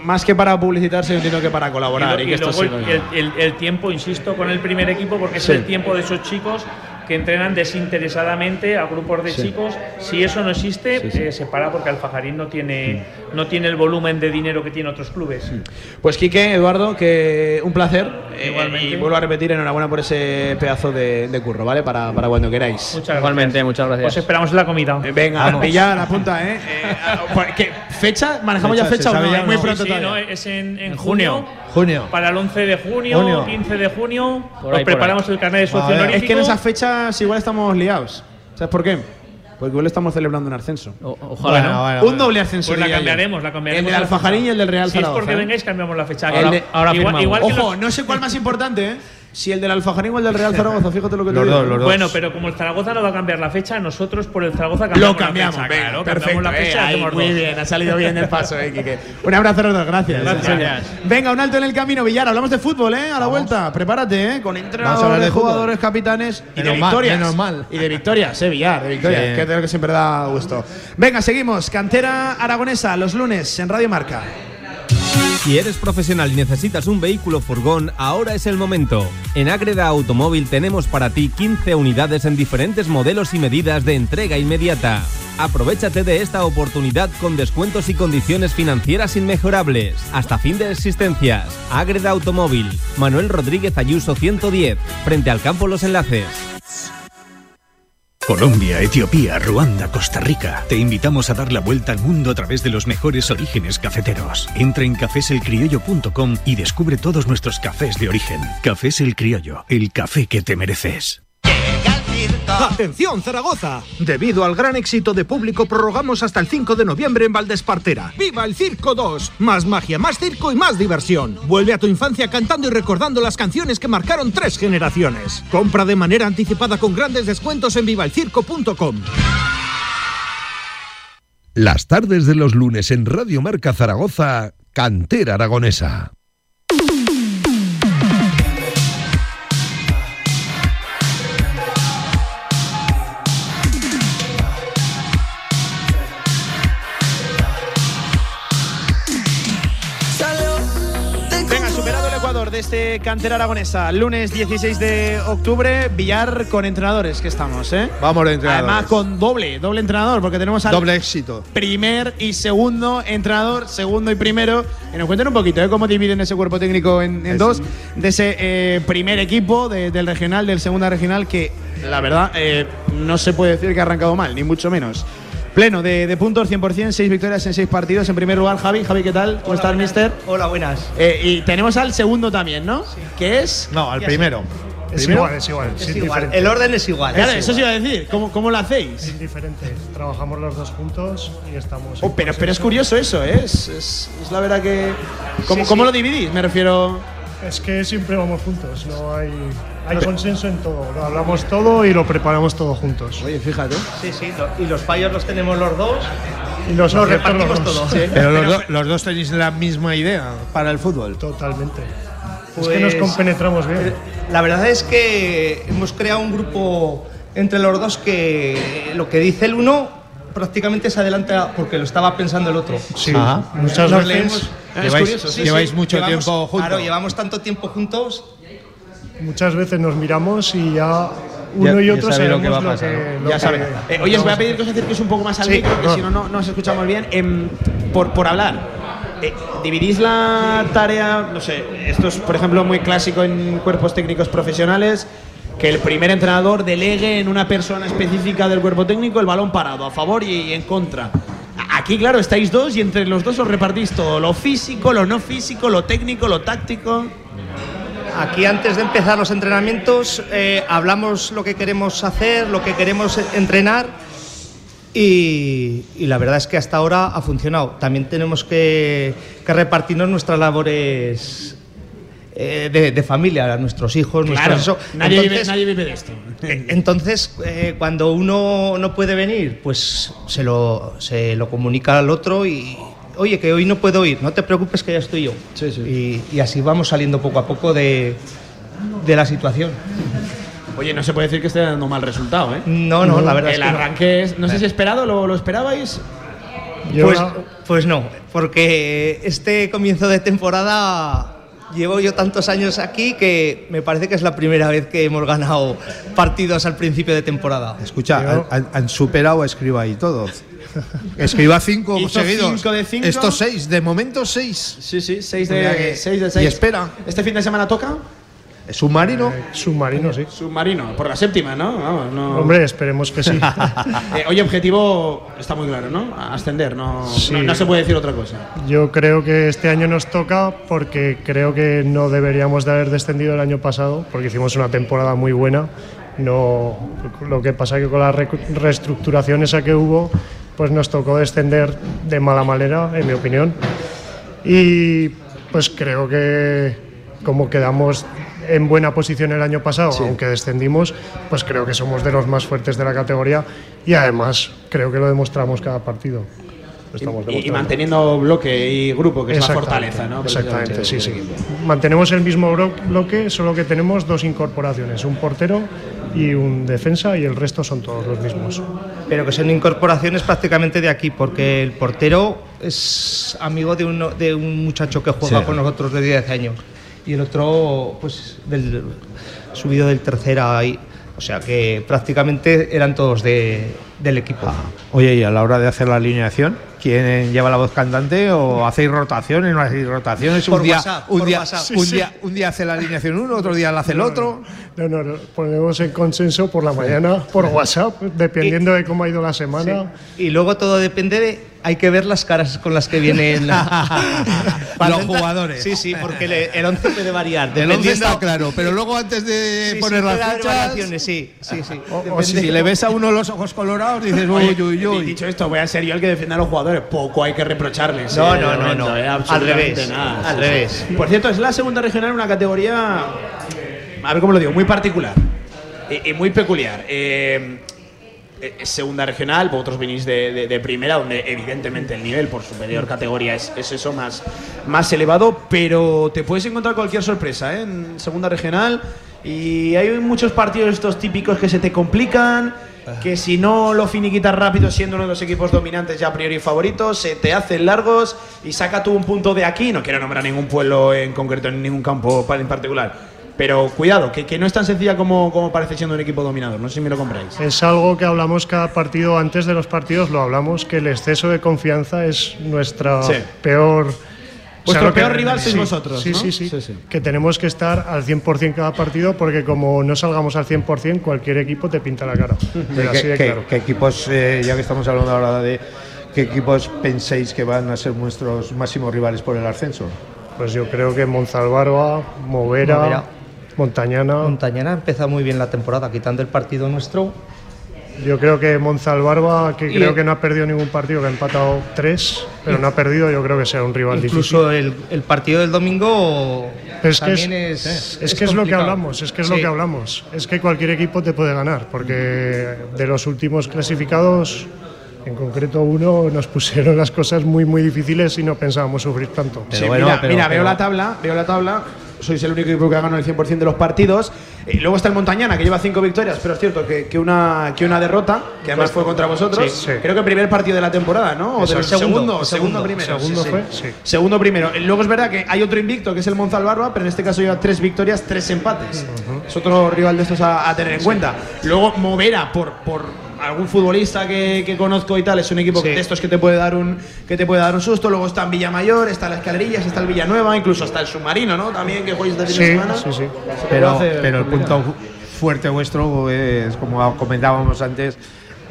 [SPEAKER 2] Más que para publicitarse, yo entiendo que para colaborar.
[SPEAKER 11] Y
[SPEAKER 2] Y,
[SPEAKER 11] lo-
[SPEAKER 2] que
[SPEAKER 11] y
[SPEAKER 2] esto
[SPEAKER 11] luego
[SPEAKER 2] sí lo-
[SPEAKER 11] el, el- el tiempo, insisto, con el primer equipo, porque es el tiempo de esos chicos que entrenan desinteresadamente a grupos de chicos. Si eso no existe, eh, se para porque Alfajarín no tiene, no tiene el volumen de dinero que tiene otros clubes.
[SPEAKER 2] Pues Quique, Eduardo, que un placer. Eh,
[SPEAKER 11] Igualmente.
[SPEAKER 2] y vuelvo a repetir, enhorabuena por ese pedazo de, de curro, ¿vale? Para, para cuando queráis.
[SPEAKER 11] Muchas gracias.
[SPEAKER 10] Igualmente, muchas gracias.
[SPEAKER 11] Os esperamos en la comida.
[SPEAKER 2] Eh, Venga, pillar la punta, ¿eh? Eh, a- ¿qué? ¿Fecha? ¿Manejamos
[SPEAKER 3] Fecha,
[SPEAKER 2] ya
[SPEAKER 3] se
[SPEAKER 2] fecha o no?
[SPEAKER 3] sabe ya,
[SPEAKER 2] Es muy
[SPEAKER 3] ¿no?
[SPEAKER 2] pronto
[SPEAKER 11] Sí,
[SPEAKER 2] todavía.
[SPEAKER 11] no, es en, en
[SPEAKER 10] junio.
[SPEAKER 11] junio.
[SPEAKER 3] Junio.
[SPEAKER 11] Para el 11 de junio,
[SPEAKER 3] Junio.
[SPEAKER 11] 15 de junio,
[SPEAKER 10] Por
[SPEAKER 11] os
[SPEAKER 10] ahí, por
[SPEAKER 11] preparamos el carnet de socio
[SPEAKER 3] Vale.
[SPEAKER 11] honorífico.
[SPEAKER 2] Es que en esas fechas igual estamos liados. ¿Sabes por qué? Porque igual estamos celebrando un ascenso.
[SPEAKER 10] O- ojalá
[SPEAKER 3] Bueno,
[SPEAKER 10] no.
[SPEAKER 3] Ah, bueno,
[SPEAKER 2] un
[SPEAKER 3] bueno.
[SPEAKER 2] doble ascenso.
[SPEAKER 11] Pues la
[SPEAKER 2] diría yo.
[SPEAKER 11] cambiaremos, la cambiaremos.
[SPEAKER 2] El del
[SPEAKER 11] la fecha.
[SPEAKER 2] Alfajarín y el del Real
[SPEAKER 11] Si es
[SPEAKER 2] Zaragoza,
[SPEAKER 11] porque
[SPEAKER 2] ¿eh?
[SPEAKER 11] vengáis, cambiamos la fecha.
[SPEAKER 2] El de-
[SPEAKER 10] ahora
[SPEAKER 11] igual,
[SPEAKER 10] firmamos.
[SPEAKER 11] igual que
[SPEAKER 2] Ojo,
[SPEAKER 11] los-
[SPEAKER 2] no sé cuál más importante, ¿eh? Si el del Alfajarín o el del Real Zaragoza, fíjate lo que te
[SPEAKER 3] Los
[SPEAKER 2] digo.
[SPEAKER 3] dos, los dos.
[SPEAKER 11] Bueno, pero como el Zaragoza no va a cambiar la fecha, nosotros por el Zaragoza cambiamos
[SPEAKER 2] cambiamos,
[SPEAKER 11] la fecha.
[SPEAKER 2] venga,
[SPEAKER 11] claro,
[SPEAKER 2] perfecto,
[SPEAKER 11] cambiamos la fecha
[SPEAKER 2] eh,
[SPEAKER 11] y
[SPEAKER 2] ahí,
[SPEAKER 11] hacemos
[SPEAKER 2] muy
[SPEAKER 11] dos.
[SPEAKER 2] bien, ha salido bien el paso, eh,
[SPEAKER 11] (laughs)
[SPEAKER 2] Quique. Un abrazo a los dos, gracias.
[SPEAKER 11] Gracias.
[SPEAKER 2] en serio. Venga, un alto en el camino, Villar. Hablamos de fútbol, ¿eh? A la vuelta, prepárate, ¿eh? Con
[SPEAKER 3] Vamos a hablar
[SPEAKER 2] entrenadores,
[SPEAKER 3] de fútbol.
[SPEAKER 2] jugadores, capitanes y de
[SPEAKER 3] Menos mal,
[SPEAKER 2] victorias.
[SPEAKER 3] menos mal.
[SPEAKER 2] Y de victorias, eh, Villar, de victorias,
[SPEAKER 3] Sí.
[SPEAKER 2] que es lo que siempre da gusto. Venga, seguimos. Cantera aragonesa, los lunes en Radio Marca.
[SPEAKER 7] Si eres profesional y necesitas un vehículo furgón, ahora es el momento. En Agreda Automóvil tenemos para ti 15 unidades en diferentes modelos y medidas de entrega inmediata. Aprovechate de esta oportunidad con descuentos y condiciones financieras inmejorables. Hasta fin de existencias. Agreda Automóvil, Manuel Rodríguez Ayuso 110, frente al campo Los Enlaces.
[SPEAKER 12] Colombia, Etiopía, Ruanda, Costa Rica. Te invitamos a dar la vuelta al mundo a través de los mejores orígenes cafeteros. Entra en cafeselcriollo.com y descubre todos nuestros cafés de origen. Cafés El Criollo, el café que te mereces.
[SPEAKER 13] ¡Atención, Zaragoza! Debido al gran éxito de público, prorrogamos hasta el 5 de noviembre en Valdespartera. ¡Viva el Circo 2! Más magia, más circo y más diversión. Vuelve a tu infancia cantando y recordando las canciones que marcaron tres generaciones. Compra de manera anticipada con grandes descuentos en vivalcirco.com.
[SPEAKER 1] Las tardes de los lunes en Radio Marca Zaragoza, Cantera Aragonesa.
[SPEAKER 2] Venga, superado el Ecuador de este cantera aragonesa, lunes 16 de octubre, Villar con entrenadores que estamos, ¿eh?
[SPEAKER 3] Vamos de entrenadores.
[SPEAKER 2] Además con doble, doble entrenador, porque tenemos al
[SPEAKER 3] Doble éxito.
[SPEAKER 2] primer y segundo entrenador, segundo y primero. Que nos cuenten un poquito ¿eh? cómo dividen ese cuerpo técnico en, en dos, de ese eh, primer equipo de- del regional, del segunda regional, que la verdad eh, no se puede decir que ha arrancado mal, ni mucho menos. Pleno de, de puntos, 100%, 6 victorias en 6 partidos. En primer lugar, Javi. Javi, ¿qué tal? ¿Cómo estás, mister?
[SPEAKER 11] Hola, buenas.
[SPEAKER 2] Eh, y tenemos al segundo también, ¿no? Que es.
[SPEAKER 3] No, al primero.
[SPEAKER 13] Es
[SPEAKER 3] Primero,
[SPEAKER 13] igual, es igual. sí, Es diferente.
[SPEAKER 11] El orden es igual.
[SPEAKER 2] Claro, eso sí iba a decir. ¿Cómo, cómo lo hacéis?
[SPEAKER 13] Es diferente. Trabajamos los dos juntos y estamos.
[SPEAKER 2] Oh, pero, pero es curioso eso, ¿eh? Es, es- es la verdad que. ¿Cómo,
[SPEAKER 13] Sí, sí.
[SPEAKER 2] cómo lo dividís? Me refiero.
[SPEAKER 13] Es que siempre vamos juntos. No hay.
[SPEAKER 14] Hay consenso en todo, lo hablamos todo y lo preparamos todo juntos. Oye, fíjate.
[SPEAKER 15] Sí, sí, lo- y los fallos los tenemos los dos.
[SPEAKER 14] Y los
[SPEAKER 15] Nos
[SPEAKER 14] aciertos
[SPEAKER 15] repartimos
[SPEAKER 14] los
[SPEAKER 15] todo.
[SPEAKER 14] dos.
[SPEAKER 15] Sí.
[SPEAKER 3] Pero los, do- los dos tenéis la misma idea para el fútbol.
[SPEAKER 14] Totalmente.
[SPEAKER 15] Pues-
[SPEAKER 14] Es que nos compenetramos bien.
[SPEAKER 15] La verdad es que hemos creado un grupo entre los dos que lo que dice el uno prácticamente se adelanta porque lo estaba pensando el otro.
[SPEAKER 14] Sí, Ajá. muchas
[SPEAKER 15] Nos
[SPEAKER 14] veces
[SPEAKER 15] leemos-
[SPEAKER 14] lleváis- Es curioso, sí, lleváis mucho
[SPEAKER 15] Llevamos-
[SPEAKER 14] tiempo juntos.
[SPEAKER 15] Claro, llevamos tanto tiempo juntos.
[SPEAKER 14] Muchas veces nos miramos y ya uno
[SPEAKER 15] Ya-
[SPEAKER 14] y
[SPEAKER 15] ya
[SPEAKER 14] otro
[SPEAKER 15] sabéis
[SPEAKER 14] sabemos
[SPEAKER 15] lo que va a
[SPEAKER 14] lo
[SPEAKER 15] pasar,
[SPEAKER 14] que-
[SPEAKER 15] ¿no?
[SPEAKER 14] lo
[SPEAKER 15] Ya
[SPEAKER 14] que-
[SPEAKER 15] sabéis.
[SPEAKER 2] Eh, oye, os voy a pedir que os acerquéis un poco más al
[SPEAKER 14] Sí,
[SPEAKER 2] micro, que
[SPEAKER 14] claro.
[SPEAKER 2] si no, no no os escuchamos bien. Em, por, por hablar, eh, dividís la tarea, no sé, esto es, por ejemplo, muy clásico en cuerpos técnicos profesionales, que el primer entrenador delegue en una persona específica del cuerpo técnico el balón parado, a favor y, y en contra. A- Aquí, claro, estáis dos y entre los dos os repartís todo, lo físico, lo no físico, lo técnico, lo táctico.
[SPEAKER 15] Aquí antes de empezar los entrenamientos eh, hablamos lo que queremos hacer, lo que queremos entrenar y, y la verdad es que hasta ahora ha funcionado. También tenemos que, que repartirnos nuestras labores eh, de, de familia, a nuestros hijos,
[SPEAKER 2] Claro,
[SPEAKER 15] nuestros...
[SPEAKER 2] nadie, vive,
[SPEAKER 15] Pues Entonces,
[SPEAKER 2] nadie vive de esto.
[SPEAKER 15] eh, Entonces, eh, cuando uno no puede venir, pues se lo, se lo comunica al otro y, oye, que hoy no puedo ir, no te preocupes que ya estoy yo. Y, y así vamos saliendo poco a poco de, de la situación.
[SPEAKER 2] Oye, no se puede decir que esté dando mal resultado, ¿eh?
[SPEAKER 15] No, no, la verdad
[SPEAKER 2] El
[SPEAKER 15] es que no.
[SPEAKER 2] arranque es, no sé si esperado, ¿lo, lo esperabais?
[SPEAKER 15] Pues, pues no, porque este comienzo de temporada llevo yo tantos años aquí que me parece que es la primera vez que hemos ganado partidos al principio de temporada.
[SPEAKER 3] Escucha, han, han- han superado a Escriba y todo. Escriba cinco
[SPEAKER 15] Hizo
[SPEAKER 3] seguidos.
[SPEAKER 15] cinco de cinco.
[SPEAKER 3] Estos seis, de momento seis.
[SPEAKER 2] Sí, sí, seis
[SPEAKER 3] Mira que-
[SPEAKER 2] de, seis de seis.
[SPEAKER 3] Y espera.
[SPEAKER 2] ¿Este fin de semana toca?
[SPEAKER 3] Submarino.
[SPEAKER 14] submarino, sí.
[SPEAKER 2] Submarino, por la séptima, ¿no? Vamos, no. (laughs)
[SPEAKER 14] Hombre, esperemos que sí.
[SPEAKER 2] Eh, oye, objetivo está muy claro, ¿no? Ascender, no,
[SPEAKER 14] Sí.
[SPEAKER 2] no, no se puede decir otra cosa.
[SPEAKER 14] Yo creo que este año nos toca porque creo que no deberíamos de haber descendido el año pasado porque hicimos una temporada muy buena. No, lo que pasa que con la recu- reestructuración esa que hubo, pues nos tocó descender de mala manera, en mi opinión. Y pues creo que como quedamos en buena posición el año pasado, aunque descendimos, pues creo que somos de los más fuertes de la categoría y además creo que lo demostramos cada partido. Lo estamos
[SPEAKER 2] Y, y
[SPEAKER 14] demostrando.
[SPEAKER 2] manteniendo bloque y grupo, que es la
[SPEAKER 14] Exactamente,
[SPEAKER 2] fortaleza, ¿no?
[SPEAKER 14] Exactamente, sí, sí. Mantenemos el mismo bro- bloque, solo que tenemos dos incorporaciones, un portero y un defensa y el resto son todos los mismos.
[SPEAKER 15] Pero que son incorporaciones prácticamente de aquí, porque el portero es amigo de, uno, de un muchacho que juega
[SPEAKER 3] Sí.
[SPEAKER 15] con nosotros de 10 años y el otro, pues, del, subido del tercera ahí. O sea que prácticamente eran todos de- del equipo.
[SPEAKER 3] Oye, y a la hora de hacer la alineación, ¿quién lleva la voz cantante o hacéis rotaciones, no hacéis rotaciones?
[SPEAKER 14] Por
[SPEAKER 3] un día,
[SPEAKER 14] WhatsApp,
[SPEAKER 3] un
[SPEAKER 14] por
[SPEAKER 3] día,
[SPEAKER 14] WhatsApp.
[SPEAKER 3] un
[SPEAKER 14] Sí,
[SPEAKER 3] día,
[SPEAKER 14] sí.
[SPEAKER 3] un día hace la alineación uno, otro día la hace el otro.
[SPEAKER 14] No, no, no, ponemos en consenso por la mañana, por WhatsApp, dependiendo de cómo ha ido la semana.
[SPEAKER 15] Y luego todo depende de. Hay que ver las caras con las que vienen
[SPEAKER 3] Para (laughs) los jugadores.
[SPEAKER 15] Sí, sí, porque le- el 11 puede variar.
[SPEAKER 3] El once
[SPEAKER 15] dependiendo-
[SPEAKER 3] está claro, pero luego antes de
[SPEAKER 15] Sí, sí,
[SPEAKER 3] poner
[SPEAKER 15] puede
[SPEAKER 3] las
[SPEAKER 15] haber
[SPEAKER 3] fechas,
[SPEAKER 15] variaciones, sí, sí, sí.
[SPEAKER 3] o si
[SPEAKER 15] Depende.
[SPEAKER 3] le ves a uno los ojos colorados, dices, uy,
[SPEAKER 2] Oye,
[SPEAKER 3] uy, uy.
[SPEAKER 2] Dicho esto, voy a ser yo el que defienda a los jugadores. Poco hay que reprocharles.
[SPEAKER 15] No,
[SPEAKER 2] eh,
[SPEAKER 15] no,
[SPEAKER 2] de
[SPEAKER 15] no,
[SPEAKER 2] momento,
[SPEAKER 15] no.
[SPEAKER 2] eh,
[SPEAKER 15] Al
[SPEAKER 2] absolutamente
[SPEAKER 15] revés,
[SPEAKER 2] nada.
[SPEAKER 15] al
[SPEAKER 2] Sí,
[SPEAKER 15] revés.
[SPEAKER 2] sí. Por cierto, es la segunda regional una categoría, a ver cómo lo digo, muy particular y, y muy peculiar. Eh, eh, es segunda regional, vosotros venís de, de- de primera, donde evidentemente el nivel por superior categoría es, es eso más, más elevado, pero te puedes encontrar cualquier sorpresa ¿eh? en segunda regional y hay muchos partidos estos típicos que se te complican, que si no lo finiquitas rápido siendo uno de los equipos dominantes ya a priori favoritos, se te hacen largos y saca tú un punto de aquí, no quiero nombrar ningún pueblo en concreto, ni ningún campo pa- en particular. Pero cuidado, que, que no es tan sencilla como, como parece siendo un equipo dominador. No sé si me lo compráis.
[SPEAKER 14] Es algo que hablamos cada partido, antes de los partidos lo hablamos, que el exceso de confianza es nuestra
[SPEAKER 2] Sí.
[SPEAKER 14] peor... o sea,
[SPEAKER 2] Vuestro
[SPEAKER 14] lo que-
[SPEAKER 2] peor rival sois
[SPEAKER 14] sí,
[SPEAKER 2] vosotros.
[SPEAKER 14] Sí,
[SPEAKER 2] ¿no?
[SPEAKER 14] sí, sí. que tenemos que estar al 100% cada partido porque como no salgamos al 100% cualquier equipo te pinta la cara.
[SPEAKER 3] ¿Qué,
[SPEAKER 14] Pero así de
[SPEAKER 3] qué-
[SPEAKER 14] claro.
[SPEAKER 3] qué equipos, eh, ya que estamos hablando ahora de qué equipos pensáis que van a ser nuestros máximos rivales por el ascenso?
[SPEAKER 14] Pues yo creo que Monzalbarba, Movera,
[SPEAKER 15] Movera.
[SPEAKER 14] Montañana.
[SPEAKER 15] Montañana ha empezado muy bien la temporada, quitando el partido nuestro.
[SPEAKER 14] Yo creo que Monzalbarba, que
[SPEAKER 15] Y-
[SPEAKER 14] creo que no ha perdido ningún partido, que ha empatado tres, pero no ha perdido, yo creo que sea un rival
[SPEAKER 15] Incluso el, el partido del domingo
[SPEAKER 14] Es que es,
[SPEAKER 15] También es-
[SPEAKER 14] es
[SPEAKER 15] es
[SPEAKER 14] que es lo que
[SPEAKER 15] complicado.
[SPEAKER 14] hablamos, es que es lo
[SPEAKER 15] Sí.
[SPEAKER 14] que hablamos. Es que cualquier equipo te puede ganar, porque de los últimos clasificados, en concreto uno, nos pusieron las cosas muy, muy difíciles y no pensábamos sufrir tanto.
[SPEAKER 2] Sí, mira, mira, veo la tabla, veo la tabla. Sois el único equipo que ha ganado el 100% de los partidos. Eh, luego está el Montañana, que lleva cinco victorias, pero es cierto que, que una, que una derrota, que además fue contra vosotros.
[SPEAKER 14] Sí, sí.
[SPEAKER 2] Creo que el primer partido de la temporada, ¿no? O
[SPEAKER 14] Eso,
[SPEAKER 2] del
[SPEAKER 14] el segundo,
[SPEAKER 2] segundo,
[SPEAKER 14] el
[SPEAKER 2] segundo
[SPEAKER 14] segundo,
[SPEAKER 2] primero.
[SPEAKER 14] segundo fue, sí.
[SPEAKER 2] Segundo primero. Eh, Luego es verdad que hay otro invicto, que es el Monzalbarba, pero en este caso lleva tres victorias, tres empates. Es otro rival de estos a, a tener en cuenta. Luego Movera, por, por algún futbolista que, que conozco y tal, es un equipo de estos que te puede dar un que te puede dar un susto. Luego está en Villamayor, está las Escalerillas, está el Villanueva, incluso está el Submarino, ¿no? También que juegues de fin de
[SPEAKER 3] Sí,
[SPEAKER 2] semana.
[SPEAKER 3] sí, sí.
[SPEAKER 2] Se te
[SPEAKER 3] Pero,
[SPEAKER 2] puede hacer
[SPEAKER 3] pero el
[SPEAKER 2] complicado.
[SPEAKER 3] punto fuerte vuestro es, como comentábamos antes,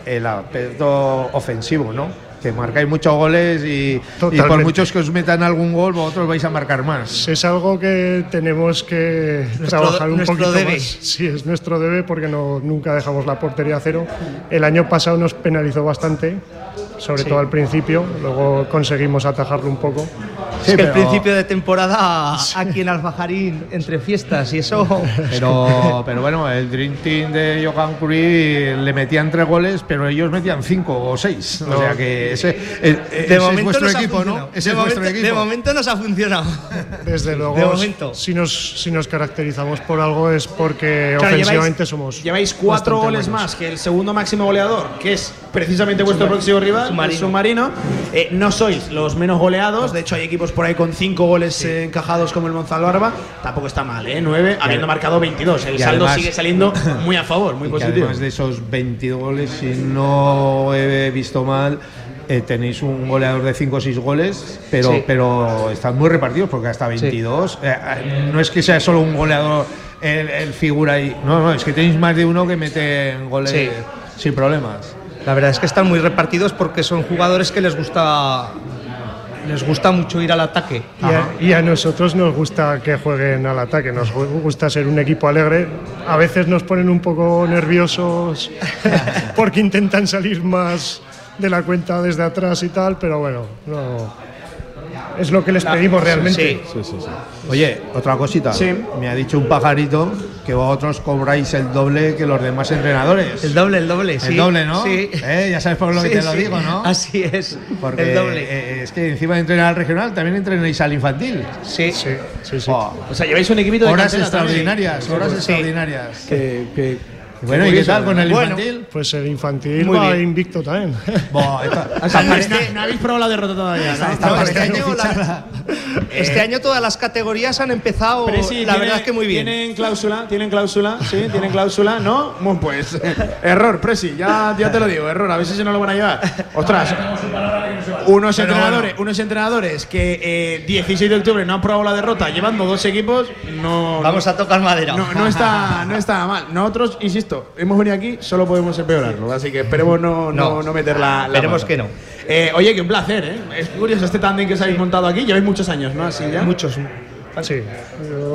[SPEAKER 3] el aspecto ofensivo, ¿no? Que marcáis muchos goles y, y por
[SPEAKER 14] Totalmente.
[SPEAKER 3] muchos que os metan algún gol, vosotros vais a marcar más.
[SPEAKER 14] Es algo que tenemos que
[SPEAKER 3] Nuestro-
[SPEAKER 14] trabajar un
[SPEAKER 3] nuestro
[SPEAKER 14] poquito
[SPEAKER 3] debe.
[SPEAKER 14] más. Sí, es nuestro debe porque no, nunca dejamos la portería a cero. El año pasado nos penalizó bastante, sobre
[SPEAKER 15] Sí.
[SPEAKER 14] todo al principio, luego conseguimos atajarlo un poco.
[SPEAKER 15] es que el principio de temporada aquí en Alfajarín, entre fiestas y eso.
[SPEAKER 3] (laughs) Pero, pero bueno, el Dream Team de Johan Cruyff le metían tres goles, pero ellos metían cinco o seis. O
[SPEAKER 15] No.
[SPEAKER 3] sea que ese, e- e- ese
[SPEAKER 15] de
[SPEAKER 3] es
[SPEAKER 15] momento
[SPEAKER 3] vuestro
[SPEAKER 15] nos ha
[SPEAKER 3] equipo, ¿no?
[SPEAKER 15] funcionado.
[SPEAKER 3] Ese
[SPEAKER 15] de,
[SPEAKER 3] es vuestro
[SPEAKER 15] momento,
[SPEAKER 3] equipo.
[SPEAKER 15] de momento nos ha funcionado.
[SPEAKER 14] Desde luego,
[SPEAKER 15] De momento.
[SPEAKER 14] Si, nos, si nos caracterizamos por algo es porque
[SPEAKER 2] Claro,
[SPEAKER 14] ofensivamente
[SPEAKER 2] lleváis,
[SPEAKER 14] somos.
[SPEAKER 2] Lleváis cuatro
[SPEAKER 14] bastante
[SPEAKER 2] goles
[SPEAKER 14] buenos.
[SPEAKER 2] más que el segundo máximo goleador, que es precisamente vuestro
[SPEAKER 14] Submarino.
[SPEAKER 2] próximo rival,
[SPEAKER 14] Submarino.
[SPEAKER 2] el submarino. Eh, no sois los menos goleados. De hecho, hay equipos por ahí con cinco goles eh, encajados, como el Gonzalo Arba. Tampoco está mal, ¿eh? Nueve,
[SPEAKER 3] Y
[SPEAKER 2] habiendo
[SPEAKER 3] adem-
[SPEAKER 2] marcado 22. El
[SPEAKER 3] y
[SPEAKER 2] saldo
[SPEAKER 3] además-
[SPEAKER 2] sigue
[SPEAKER 3] (laughs)
[SPEAKER 2] saliendo muy a favor, muy
[SPEAKER 3] Y que
[SPEAKER 2] positivo.
[SPEAKER 3] Además de esos 22 goles, si no he visto mal, eh, tenéis un goleador de 5 o 6 goles, pero,
[SPEAKER 15] Sí.
[SPEAKER 3] pero están muy repartidos porque hasta 22. eh, eh, no es que sea solo un goleador el, el figura ahí. No, no, es que tenéis más de uno que mete goles
[SPEAKER 15] Sí.
[SPEAKER 3] sin problemas.
[SPEAKER 15] La verdad es que están muy repartidos porque son jugadores que les gusta les gusta mucho ir al ataque.
[SPEAKER 14] Y a, y a nosotros nos gusta que jueguen al ataque, nos gu- gusta ser un equipo alegre. A veces nos ponen un poco nerviosos (laughs) porque intentan salir más de la cuenta desde atrás y tal, pero bueno, no- es lo que les pedimos realmente.
[SPEAKER 3] Oye, otra cosita.
[SPEAKER 14] Sí.
[SPEAKER 3] Me ha dicho un pajarito que vosotros cobráis el doble que los demás entrenadores.
[SPEAKER 15] El doble, el doble, sí.
[SPEAKER 3] El doble, ¿no?
[SPEAKER 15] Sí.
[SPEAKER 3] Eh, Ya sabes por lo que
[SPEAKER 15] Sí,
[SPEAKER 3] te lo
[SPEAKER 15] sí.
[SPEAKER 3] digo, ¿no?
[SPEAKER 15] Así es.
[SPEAKER 3] Porque
[SPEAKER 15] el doble.
[SPEAKER 3] eh, es que encima de entrenar al regional también entrenáis al infantil.
[SPEAKER 15] Sí,
[SPEAKER 14] sí, sí.
[SPEAKER 2] O sea, lleváis un equipito de
[SPEAKER 3] horas
[SPEAKER 2] cantera también.
[SPEAKER 3] extraordinarias,
[SPEAKER 2] Sí,
[SPEAKER 3] horas
[SPEAKER 2] sí.
[SPEAKER 3] extraordinarias.
[SPEAKER 14] Que- que-
[SPEAKER 3] Bueno, ¿y qué tal con el
[SPEAKER 14] Bueno,
[SPEAKER 3] infantil?
[SPEAKER 14] Pues el infantil
[SPEAKER 3] Muy
[SPEAKER 14] va
[SPEAKER 3] bien.
[SPEAKER 14] invicto también.
[SPEAKER 2] O sea, no, no- no habéis probado la derrota todavía, ¿no?
[SPEAKER 15] No, este, año, la-
[SPEAKER 3] eh,
[SPEAKER 15] este año todas las categorías han empezado,
[SPEAKER 2] Presi,
[SPEAKER 15] la
[SPEAKER 2] tiene-
[SPEAKER 15] verdad es que muy bien.
[SPEAKER 2] Tienen cláusula, tienen cláusula, sí, tienen cláusula, (laughs) ¿no? Bueno, pues error, Presi, ya, ya te lo digo, error, a ver si se nos lo van a llevar. Ostras, unos
[SPEAKER 3] Pero
[SPEAKER 2] entrenadores, unos entrenadores que eh, 16 de octubre no han probado la derrota llevando dos equipos, no.
[SPEAKER 15] Vamos a tocar madera.
[SPEAKER 2] No, no está, no está mal. Nosotros, insisto, hemos venido aquí, solo podemos empeorarlo, así que esperemos no, no, no meter la. la
[SPEAKER 15] Esperemos
[SPEAKER 2] pata.
[SPEAKER 15] que no.
[SPEAKER 2] Eh, oye, que un placer, ¿eh? Es curioso este tándem que os habéis montado aquí, lleváis muchos años, ¿no? Así ya.
[SPEAKER 15] Eh, Muchos.
[SPEAKER 14] Sí.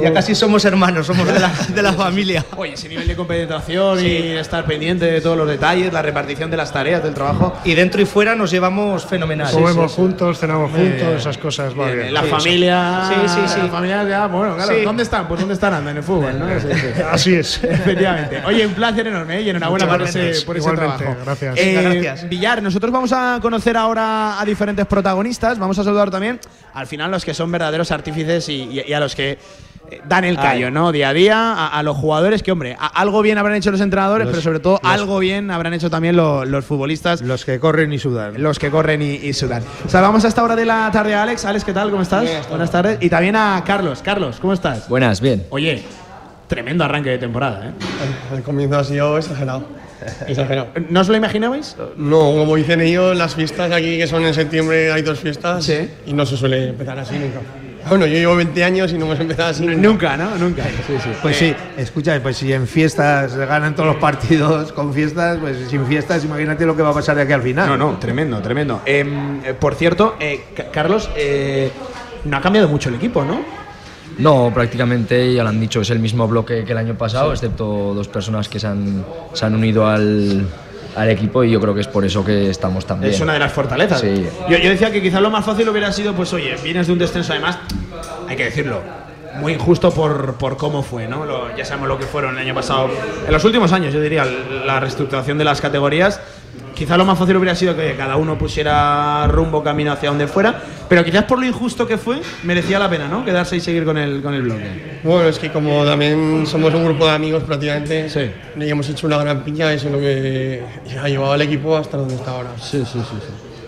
[SPEAKER 15] Ya casi somos hermanos, somos de la, de la familia.
[SPEAKER 2] Oye, ese nivel de compenetración y estar pendiente de todos los detalles, la repartición de las tareas, del trabajo.
[SPEAKER 15] Y dentro y fuera nos llevamos fenomenal.
[SPEAKER 14] Comemos juntos, cenamos
[SPEAKER 2] Muy
[SPEAKER 14] juntos,
[SPEAKER 2] bien.
[SPEAKER 14] esas cosas va bien.
[SPEAKER 2] La
[SPEAKER 14] Sí.
[SPEAKER 2] familia.
[SPEAKER 15] Sí, sí, sí.
[SPEAKER 2] La familia, ya, bueno, claro.
[SPEAKER 14] Sí.
[SPEAKER 2] ¿Dónde están? Pues ¿dónde están? Andan en el fútbol, ¿no? Sí,
[SPEAKER 15] (laughs)
[SPEAKER 2] sí.
[SPEAKER 14] Así es.
[SPEAKER 2] Efectivamente. Oye, un placer enorme ¿eh? y enhorabuena por
[SPEAKER 14] Muchas
[SPEAKER 2] ese,
[SPEAKER 14] gracias.
[SPEAKER 2] por ese
[SPEAKER 14] Igualmente,
[SPEAKER 2] trabajo.
[SPEAKER 14] gracias.
[SPEAKER 2] Eh,
[SPEAKER 14] Venga, gracias.
[SPEAKER 2] Villar, nosotros vamos a conocer ahora a diferentes protagonistas. Vamos a saludar también, al final, los que son verdaderos artífices y, y- y a los que eh, dan el callo,
[SPEAKER 15] Ay.
[SPEAKER 2] ¿no? Día a día, a, a los jugadores que, hombre, a- algo bien habrán hecho los entrenadores,
[SPEAKER 3] Los-
[SPEAKER 2] pero sobre todo
[SPEAKER 3] los-
[SPEAKER 2] algo bien habrán hecho también lo- los futbolistas.
[SPEAKER 3] Los que corren y sudan.
[SPEAKER 2] Los que corren y, y sudan. Salvamos a esta hora de la tarde a Alex. Alex, ¿qué tal? ¿Cómo estás? Buenas tardes. Y también a Carlos. Carlos, ¿cómo estás?
[SPEAKER 16] Buenas, bien.
[SPEAKER 2] Oye, tremendo arranque de temporada, ¿eh?
[SPEAKER 16] El, comienzo ha sido
[SPEAKER 2] (laughs)
[SPEAKER 16] exagerado. exagerado.
[SPEAKER 2] ¿No os lo imaginabais?
[SPEAKER 16] No, como dicen ellos, las fiestas aquí que son en septiembre hay dos fiestas y no se suele empezar así nunca. Bueno, yo llevo 20 años y no hemos empezado así
[SPEAKER 2] nunca. ¿no? Nunca. Sí, sí.
[SPEAKER 3] Pues sí, escucha, pues si en fiestas ganan todos los partidos con fiestas, pues sin fiestas, imagínate lo que va a pasar de aquí al final.
[SPEAKER 2] No, no, tremendo, tremendo. Em, eh, por cierto, eh, Ca- Carlos, eh, no ha cambiado mucho el equipo, ¿no?
[SPEAKER 16] No, prácticamente, ya lo han dicho, es el mismo bloque que el año pasado,
[SPEAKER 2] Sí.
[SPEAKER 16] excepto dos personas que se han, se han unido al, al equipo y yo creo que es por eso que estamos tan bien.
[SPEAKER 2] Es una de las fortalezas.
[SPEAKER 16] Sí.
[SPEAKER 2] Yo, yo decía que quizás lo más fácil hubiera sido, pues oye, vienes de un descenso además, hay que decirlo. muy injusto por, por cómo fue, ¿no? Lo- ya sabemos lo que fueron el año pasado. En los últimos años, yo diría, la reestructuración de las categorías. Quizá lo más fácil hubiera sido que cada uno pusiera rumbo, camino hacia donde fuera, pero quizás por lo injusto que fue, merecía la pena, ¿no? Quedarse y seguir con el, con el bloque.
[SPEAKER 16] Bueno, es que como también somos un grupo de amigos prácticamente, y hemos hecho una gran piña, eso es lo que ha llevado al equipo hasta donde está ahora.
[SPEAKER 2] Sí, sí, sí.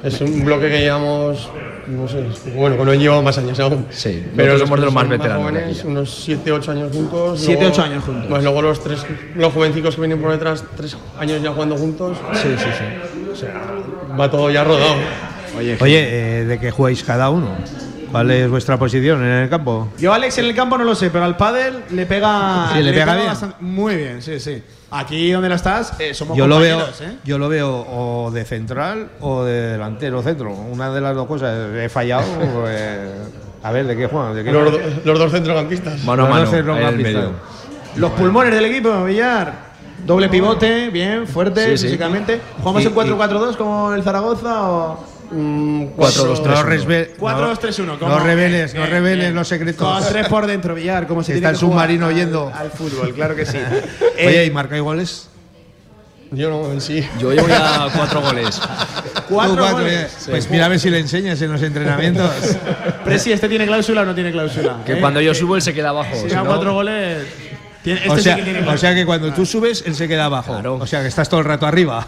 [SPEAKER 16] Es un bloque que llevamos, no sé, bueno, con él llevamos más años aún.
[SPEAKER 17] Sí,
[SPEAKER 16] pero
[SPEAKER 17] nosotros
[SPEAKER 16] los que
[SPEAKER 17] somos de los más
[SPEAKER 16] son
[SPEAKER 17] veteranos de
[SPEAKER 16] jóvenes, unos 7, 8 años juntos.
[SPEAKER 2] Siete,
[SPEAKER 16] luego-
[SPEAKER 2] ocho años juntos.
[SPEAKER 16] Más luego los tres, los jovencicos que vienen por detrás, tres años ya jugando juntos.
[SPEAKER 2] Sí, sí, sí.
[SPEAKER 16] O sea, va todo ya rodado.
[SPEAKER 3] Oye, eh, ¿de qué jugáis cada uno? ¿Cuál es vuestra posición en el campo?
[SPEAKER 2] Yo, Alex, en el campo no lo sé, pero al pádel le pega.
[SPEAKER 3] Sí, le pega bien.
[SPEAKER 2] bastante- muy bien, sí, sí. Aquí donde la estás, eh, somos
[SPEAKER 3] Yo lo, veo,
[SPEAKER 2] compañeros, ¿eh?
[SPEAKER 3] yo lo veo o de central o de delantero centro. Una de las dos cosas. He fallado. (laughs) eh, a ver, ¿de qué juegan? ¿De qué
[SPEAKER 16] Los, do-
[SPEAKER 3] juegan?
[SPEAKER 16] los dos centrocampistas.
[SPEAKER 3] Mano a
[SPEAKER 16] Los dos
[SPEAKER 3] mano, ahí en el
[SPEAKER 16] centrocampistas.
[SPEAKER 3] medio.
[SPEAKER 2] Los pulmones del equipo, Villar. Doble pivote, bien, fuerte
[SPEAKER 3] Sí, sí.
[SPEAKER 2] físicamente. ¿Jugamos
[SPEAKER 3] Y-
[SPEAKER 2] en 4-4-2 como el Zaragoza o.?
[SPEAKER 3] 4-2-3-1. Pues, No resbe-
[SPEAKER 2] 4-2-3-1.
[SPEAKER 3] no-
[SPEAKER 2] como-
[SPEAKER 3] no reveles, no
[SPEAKER 2] Bien,
[SPEAKER 3] reveles
[SPEAKER 2] bien.
[SPEAKER 3] los secretos.
[SPEAKER 2] Eh, Con tres por dentro, Villar, como si
[SPEAKER 3] Está el submarino
[SPEAKER 2] yendo. Al fútbol, claro
[SPEAKER 3] (laughs)
[SPEAKER 2] que sí. Eh,
[SPEAKER 3] Oye, ¿y marca iguales?
[SPEAKER 16] Yo no, en sí.
[SPEAKER 17] Yo llevo ya
[SPEAKER 16] (laughs)
[SPEAKER 17] cuatro goles.
[SPEAKER 2] (laughs) Cuatro
[SPEAKER 3] Tú
[SPEAKER 2] goles.
[SPEAKER 3] eh. Pues mira a ver si le enseñas en los entrenamientos.
[SPEAKER 2] Presi, ¿este tiene cláusula o no tiene cláusula?
[SPEAKER 17] Que
[SPEAKER 2] ¿Eh?
[SPEAKER 17] cuando yo subo él se queda abajo.
[SPEAKER 2] Si
[SPEAKER 17] si
[SPEAKER 2] da
[SPEAKER 17] no-
[SPEAKER 2] cuatro goles. tiene- (laughs) este
[SPEAKER 3] o,
[SPEAKER 2] sí
[SPEAKER 3] sea,
[SPEAKER 2] que tiene
[SPEAKER 3] o
[SPEAKER 2] cláusula.
[SPEAKER 3] sea que cuando tú subes, él se queda abajo. O sea que estás todo el rato arriba.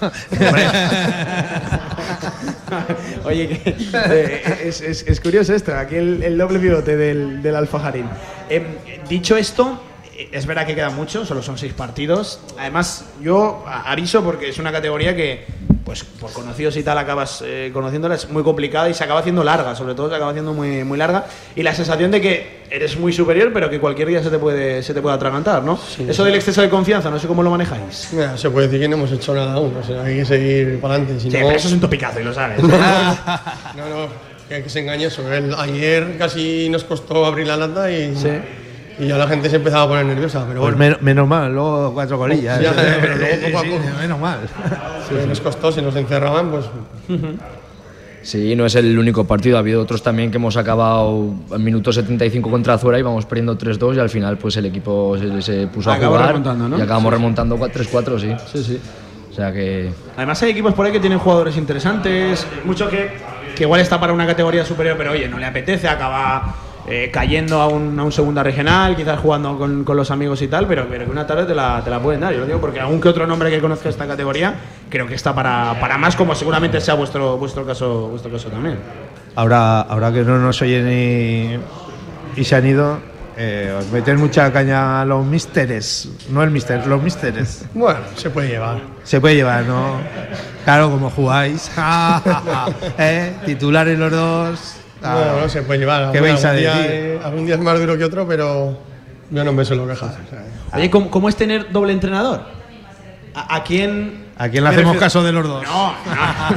[SPEAKER 2] Oye, que, (laughs) eh, es, es- es curioso esto, aquí el, el doble pivote del, del Alfajarín. Em, dicho esto, eh, es verdad que queda mucho, solo son seis partidos. Además, yo a- aviso porque es una categoría que, pues por conocidos y tal, acabas eh, conociéndola, es muy complicada y se acaba haciendo larga, sobre todo se acaba haciendo muy, muy larga. Y la sensación de que eres muy superior, pero que cualquier día se te puede, se te puede atragantar, ¿no? Eso del exceso de confianza, no sé cómo lo manejáis.
[SPEAKER 16] Mira, se puede decir que no hemos hecho nada aún, o sea, hay que seguir para adelante. Si
[SPEAKER 2] Sí,
[SPEAKER 16] no-
[SPEAKER 2] pero eso es un topicazo y lo sabes.
[SPEAKER 16] (laughs) no, no, que que se engañoso. El- ayer casi nos costó abrir la lata y, y ya la gente se empezaba a poner nerviosa, pero
[SPEAKER 3] Pues
[SPEAKER 16] bueno.
[SPEAKER 3] men- menos mal, luego cuatro golillas.
[SPEAKER 16] Ya, pero luego
[SPEAKER 3] ¿eh? Sí,
[SPEAKER 16] poco a
[SPEAKER 3] sí,
[SPEAKER 16] poco.
[SPEAKER 3] menos mal.
[SPEAKER 16] Pues Nos costó, si nos encerraban, pues
[SPEAKER 17] Sí, no es el único partido. Ha habido otros también que hemos acabado al minuto 75 contra Azuera y vamos perdiendo 3-2 y al final pues el equipo se, se puso
[SPEAKER 2] Acabó
[SPEAKER 17] a jugar
[SPEAKER 2] remontando, ¿no?
[SPEAKER 17] y acabamos
[SPEAKER 2] Sí.
[SPEAKER 17] remontando 3-4, sí. Sí, sí. O sea que
[SPEAKER 2] Además hay equipos por ahí que tienen jugadores interesantes, muchos que, que igual está para una categoría superior, pero oye, no le apetece, acaba eh, cayendo a un, a un segunda regional, quizás jugando con, con los amigos y tal, pero, pero que una tarde te la, te la pueden dar, yo lo digo, porque aunque otro nombre que conozca esta categoría, creo que está para, para más, como seguramente sea vuestro, vuestro, caso, vuestro caso también.
[SPEAKER 3] Ahora, ahora que no nos oyen y, y se han ido, eh, os meten mucha caña a los místeres. No el míster, los místeres.
[SPEAKER 16] bueno, se puede llevar.
[SPEAKER 3] Se puede llevar, ¿no? Claro, como jugáis. (laughs) ¿Eh? Titulares los dos. Ah,
[SPEAKER 16] Bueno, se puede llevar.
[SPEAKER 3] ¿Qué
[SPEAKER 16] Algún-
[SPEAKER 3] vais a
[SPEAKER 16] algún día,
[SPEAKER 3] decir?
[SPEAKER 16] eh, algún día es más duro que otro, pero yo no me suelo quejar. o sea,
[SPEAKER 2] Oye, ¿cómo, cómo es tener doble entrenador? ¿A, a quién?
[SPEAKER 3] ¿A quién le hacemos caso de los dos?
[SPEAKER 2] No, no.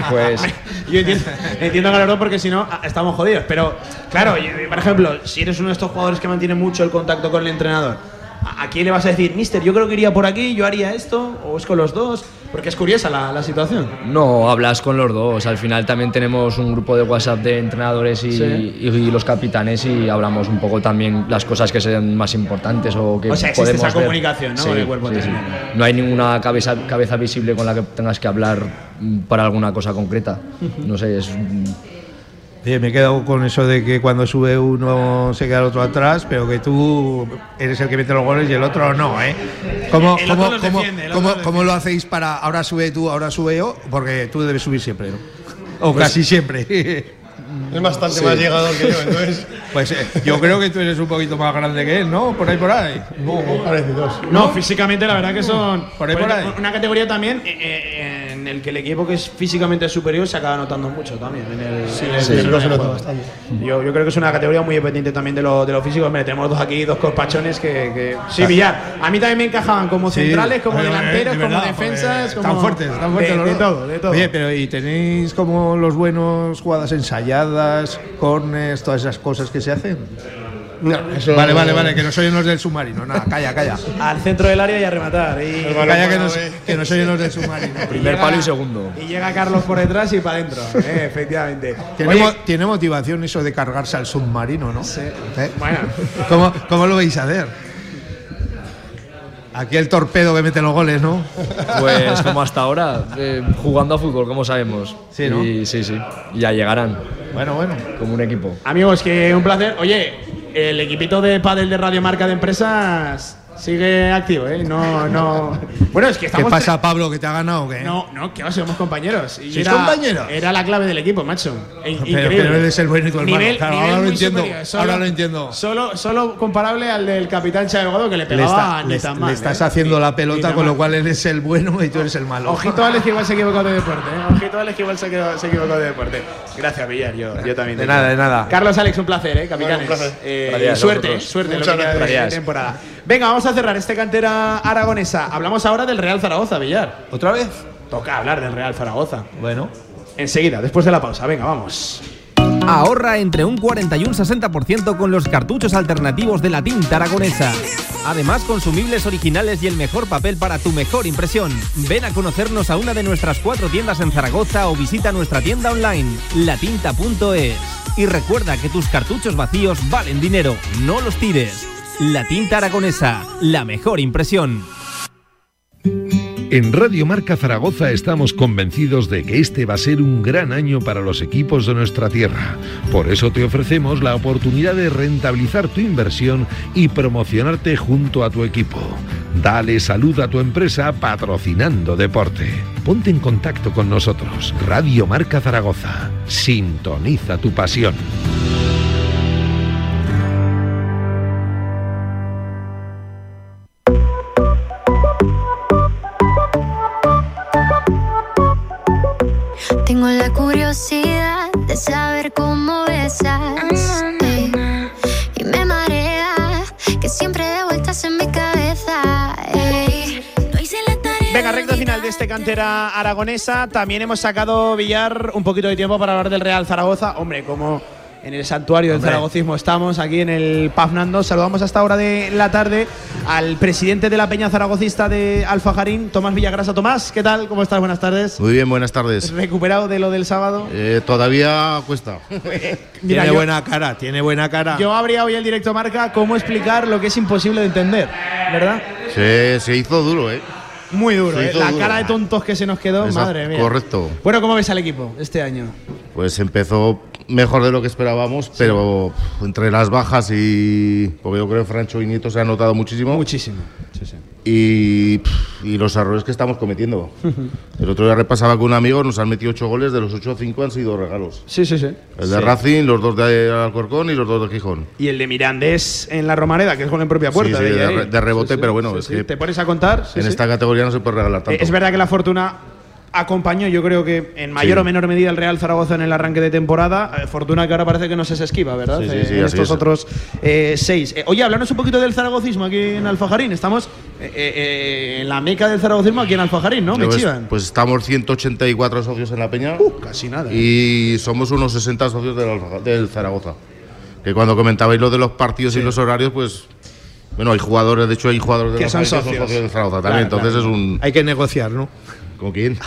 [SPEAKER 17] Pues-
[SPEAKER 2] Yo entiendo, entiendo que a los dos porque si no a- estamos jodidos. Pero, claro, yo- por ejemplo, si eres uno de estos jugadores que mantiene mucho el contacto con el entrenador, ¿a, a quién le vas a decir, mister, yo creo que iría por aquí, yo haría esto, o es con los dos? Porque es curiosa la, la situación.
[SPEAKER 17] No, hablas con los dos. Al final también tenemos un grupo de WhatsApp de entrenadores y,
[SPEAKER 2] Sí.
[SPEAKER 17] y- y los capitanes y hablamos un poco también las cosas que sean más importantes o que
[SPEAKER 2] O sea, existe
[SPEAKER 17] podemos
[SPEAKER 2] esa
[SPEAKER 17] ver.
[SPEAKER 2] comunicación, ¿no?
[SPEAKER 17] Sí,
[SPEAKER 2] con el cuerpo
[SPEAKER 17] sí, sí.
[SPEAKER 2] técnico.
[SPEAKER 17] No hay ninguna cabeza, cabeza visible con la que tengas que hablar mm, para alguna cosa concreta. No sé, es mm,
[SPEAKER 3] Oye, me he quedado con eso de que cuando sube uno se queda el otro atrás, pero que tú eres el que mete los goles y el otro no, ¿eh? ¿Cómo,
[SPEAKER 2] El
[SPEAKER 3] cómo-
[SPEAKER 2] otro los
[SPEAKER 3] cómo-
[SPEAKER 2] defiende, el
[SPEAKER 3] cómo-
[SPEAKER 2] otro los
[SPEAKER 3] cómo lo hacéis para ahora sube tú, ahora sube yo? Porque tú debes subir siempre, ¿no? O casi siempre.
[SPEAKER 16] Es bastante más llegado
[SPEAKER 3] (laughs)
[SPEAKER 16] que yo, entonces.
[SPEAKER 3] Pues eh, yo creo que tú eres un poquito más grande que él, ¿no? Por ahí, por ahí.
[SPEAKER 16] No, parecidos.
[SPEAKER 2] No, físicamente la verdad que son
[SPEAKER 3] Por ahí, por
[SPEAKER 2] pues,
[SPEAKER 3] ahí.
[SPEAKER 2] una categoría también eh, eh, en el que el equipo que es físicamente superior se acaba notando mucho también. En el, en el
[SPEAKER 16] Sí,
[SPEAKER 2] terreno
[SPEAKER 16] se
[SPEAKER 2] de
[SPEAKER 16] nota
[SPEAKER 2] juego.
[SPEAKER 16] bastante.
[SPEAKER 2] Yo, yo creo que es una categoría muy dependiente también de lo, de lo físico. Hombre, tenemos dos aquí, dos corpachones que, que- Sí, Villar. A mí también me encajaban como
[SPEAKER 3] Sí.
[SPEAKER 2] centrales, como
[SPEAKER 3] Eh,
[SPEAKER 2] delanteros,
[SPEAKER 3] de
[SPEAKER 2] como
[SPEAKER 3] verdad,
[SPEAKER 2] defensas.
[SPEAKER 3] joder,
[SPEAKER 2] como-
[SPEAKER 3] Tan fuertes, tan fuertes
[SPEAKER 2] de,
[SPEAKER 3] los
[SPEAKER 2] de
[SPEAKER 3] dos.
[SPEAKER 2] todo, de todo.
[SPEAKER 3] Oye, pero ¿y tenéis como los buenos jugadas ensayadas, corners, todas esas cosas que se hacen? Vale, vale, vale, que nos oyen los del submarino. Nada, calla, calla.
[SPEAKER 2] Al centro del área y a rematar. Y
[SPEAKER 3] Calla que nos, que nos oyen los del submarino.
[SPEAKER 17] Primer palo y segundo.
[SPEAKER 2] Y llega Carlos por detrás y
[SPEAKER 3] (laughs)
[SPEAKER 2] para adentro. eh, efectivamente.
[SPEAKER 3] Tiene,
[SPEAKER 2] Oye,
[SPEAKER 3] mo- tiene motivación eso de cargarse al submarino, ¿no? ¿Eh? (laughs) ¿Cómo, cómo lo vais a hacer? Aquí el torpedo que mete los goles, ¿no?
[SPEAKER 17] Pues como hasta ahora, eh, jugando a fútbol, como sabemos. Sí,
[SPEAKER 3] ¿no?
[SPEAKER 17] Y, sí, sí. Y ya llegarán.
[SPEAKER 3] Bueno, bueno.
[SPEAKER 17] Como un equipo.
[SPEAKER 2] Amigos, que un placer. Oye, el equipito de pádel de Radio Marca de Empresas sigue activo, ¿eh? No, no. Bueno, es que
[SPEAKER 3] ¿Qué
[SPEAKER 2] estamos.
[SPEAKER 3] pasa, Pablo, que te ha ganado o qué?
[SPEAKER 2] No, no, que va, somos compañeros. Y
[SPEAKER 3] ¿Sois compañeros?
[SPEAKER 2] Era la clave del equipo, macho. E-
[SPEAKER 3] pero,
[SPEAKER 2] increíble.
[SPEAKER 3] pero él es el bueno y tú el malo.
[SPEAKER 2] Nivel-
[SPEAKER 3] Claro,
[SPEAKER 2] nivel
[SPEAKER 3] ahora lo
[SPEAKER 2] muy
[SPEAKER 3] entiendo.
[SPEAKER 2] superior. Solo-
[SPEAKER 3] Ahora lo entiendo.
[SPEAKER 2] Solo, solo comparable al del capitán Chadelgado que le
[SPEAKER 3] Le,
[SPEAKER 2] pegaba
[SPEAKER 3] está-
[SPEAKER 2] ni
[SPEAKER 3] le-
[SPEAKER 2] tan
[SPEAKER 3] le
[SPEAKER 2] mal,
[SPEAKER 3] estás
[SPEAKER 2] ¿eh?
[SPEAKER 3] haciendo la
[SPEAKER 2] Ni
[SPEAKER 3] pelota,
[SPEAKER 2] tan
[SPEAKER 3] con lo
[SPEAKER 2] mal.
[SPEAKER 3] cual él es el bueno y tú eres el malo.
[SPEAKER 2] Ojito a Alex que igual se ha equivocado de deporte. ¿eh? Ojito a Alex que igual se ha equivocado, se ha equivocado de deporte. Gracias, Villar. Yo, yo también.
[SPEAKER 3] De
[SPEAKER 2] te
[SPEAKER 3] nada,
[SPEAKER 2] quiero.
[SPEAKER 3] de nada.
[SPEAKER 2] Carlos, Alex, un placer, ¿eh, capitanes.
[SPEAKER 3] Bueno, un placer.
[SPEAKER 2] Eh,
[SPEAKER 3] Gracias a
[SPEAKER 2] suerte,
[SPEAKER 3] vosotros.
[SPEAKER 2] suerte.
[SPEAKER 3] Muchas
[SPEAKER 2] lo que queda
[SPEAKER 3] gracias.
[SPEAKER 2] de
[SPEAKER 3] Gracias.
[SPEAKER 2] temporada. Venga, vamos a cerrar este cantera aragonesa. Hablamos ahora del Real Zaragoza, Villar.
[SPEAKER 3] ¿Otra vez?
[SPEAKER 2] Toca hablar del Real Zaragoza.
[SPEAKER 3] Bueno.
[SPEAKER 2] Enseguida, después de la pausa. Venga, vamos.
[SPEAKER 7] Ahorra entre un 41 y un 60% con los cartuchos alternativos de la tinta aragonesa. Además, consumibles originales y el mejor papel para tu mejor impresión. Ven a conocernos a una de nuestras cuatro tiendas en Zaragoza o visita nuestra tienda online, latinta.es. Y recuerda que tus cartuchos vacíos valen dinero, no los tires. La tinta aragonesa, la mejor impresión.
[SPEAKER 1] En Radio Marca Zaragoza estamos convencidos de que este va a ser un gran año para los equipos de nuestra tierra. Por eso te ofrecemos la oportunidad de rentabilizar tu inversión y promocionarte junto a tu equipo. Dale salud a tu empresa patrocinando deporte. Ponte en contacto con nosotros. Radio Marca Zaragoza. Sintoniza tu pasión.
[SPEAKER 6] Tengo la curiosidad de saber cómo besas. ey. y me marea que siempre de vueltas en mi cabeza. ey. No hice la tarea.
[SPEAKER 2] Venga, recto final de este cantera aragonesa. También hemos sacado, Villar, un poquito de tiempo para hablar del Real Zaragoza. Hombre, como en el santuario del
[SPEAKER 18] Hombre.
[SPEAKER 2] zaragocismo estamos, aquí en el Paz Nando. Saludamos a esta hora de la tarde al presidente de la Peña Zaragocista de Alfajarín, Tomás Villagrasa. Tomás, ¿qué tal? ¿Cómo estás? Buenas tardes.
[SPEAKER 19] Muy bien, buenas tardes.
[SPEAKER 2] ¿Recuperado de lo del sábado?
[SPEAKER 19] Eh, todavía cuesta.
[SPEAKER 2] Mira, yo- buena
[SPEAKER 3] cara, tiene buena
[SPEAKER 19] Ah.
[SPEAKER 3] cara.
[SPEAKER 2] Yo abría hoy el directo marca cómo explicar lo que es imposible de entender, ¿verdad?
[SPEAKER 19] Se, se hizo duro, ¿eh?
[SPEAKER 2] Muy duro,
[SPEAKER 19] Se
[SPEAKER 2] ¿eh?
[SPEAKER 19] hizo
[SPEAKER 2] la
[SPEAKER 19] duro.
[SPEAKER 2] cara de tontos que se nos quedó,
[SPEAKER 19] Exacto,
[SPEAKER 2] madre mía.
[SPEAKER 19] Correcto.
[SPEAKER 2] Bueno, ¿cómo ves al equipo este año?
[SPEAKER 19] Pues empezó mejor de lo que esperábamos, pero pf, entre las bajas y. Porque yo creo que Francho y Nieto se han notado muchísimo.
[SPEAKER 2] Muchísimo.
[SPEAKER 19] Y, pf, y los errores que estamos cometiendo. El otro día repasaba con un amigo, nos han metido ocho goles, de los ocho, cinco han sido regalos.
[SPEAKER 2] Sí, sí, sí.
[SPEAKER 19] El de
[SPEAKER 2] Sí.
[SPEAKER 19] Racing, los dos de Alcorcón y los dos de Gijón.
[SPEAKER 2] Y el de Mirandés en la Romareda, que es con en propia puerta. ¿eh?
[SPEAKER 19] Sí, sí, de,
[SPEAKER 2] ahí.
[SPEAKER 19] re- de rebote, pero bueno, es que
[SPEAKER 2] Te pones a contar. sí,
[SPEAKER 19] en
[SPEAKER 2] sí.
[SPEAKER 19] esta categoría no se puede regalar
[SPEAKER 2] Eh,
[SPEAKER 19] tanto.
[SPEAKER 2] Es verdad que la fortuna acompañó, yo creo que en mayor
[SPEAKER 19] Sí.
[SPEAKER 2] o menor medida, al Real Zaragoza en el arranque de temporada. Eh, fortuna que ahora parece que no se se esquiva, ¿verdad?
[SPEAKER 19] Sí, sí,
[SPEAKER 2] Eh,
[SPEAKER 19] sí,
[SPEAKER 2] en
[SPEAKER 19] así
[SPEAKER 2] estos
[SPEAKER 19] es.
[SPEAKER 2] otros eh, seis. Eh, oye, háblanos un poquito del zaragocismo aquí en Alfajarín. Estamos eh, eh, eh, en la meca del zaragocismo aquí en Alfajarín, ¿no? Me
[SPEAKER 19] Pues-
[SPEAKER 2] chivan. Uh,
[SPEAKER 19] Pues estamos 184 socios en la peña.
[SPEAKER 2] casi nada. ¿eh?
[SPEAKER 19] Y somos unos 60 socios del, Alfa- del Zaragoza. Que cuando comentabais lo de los partidos y los horarios, pues. Bueno, hay jugadores, de hecho, hay jugadores del
[SPEAKER 3] Que son
[SPEAKER 19] Alfa que
[SPEAKER 3] socios.
[SPEAKER 19] del Zaragoza también.
[SPEAKER 3] Claro,
[SPEAKER 19] entonces
[SPEAKER 3] claro.
[SPEAKER 19] es un.
[SPEAKER 3] Hay que negociar, (laughs) ¿no?
[SPEAKER 19] ¿Con quién?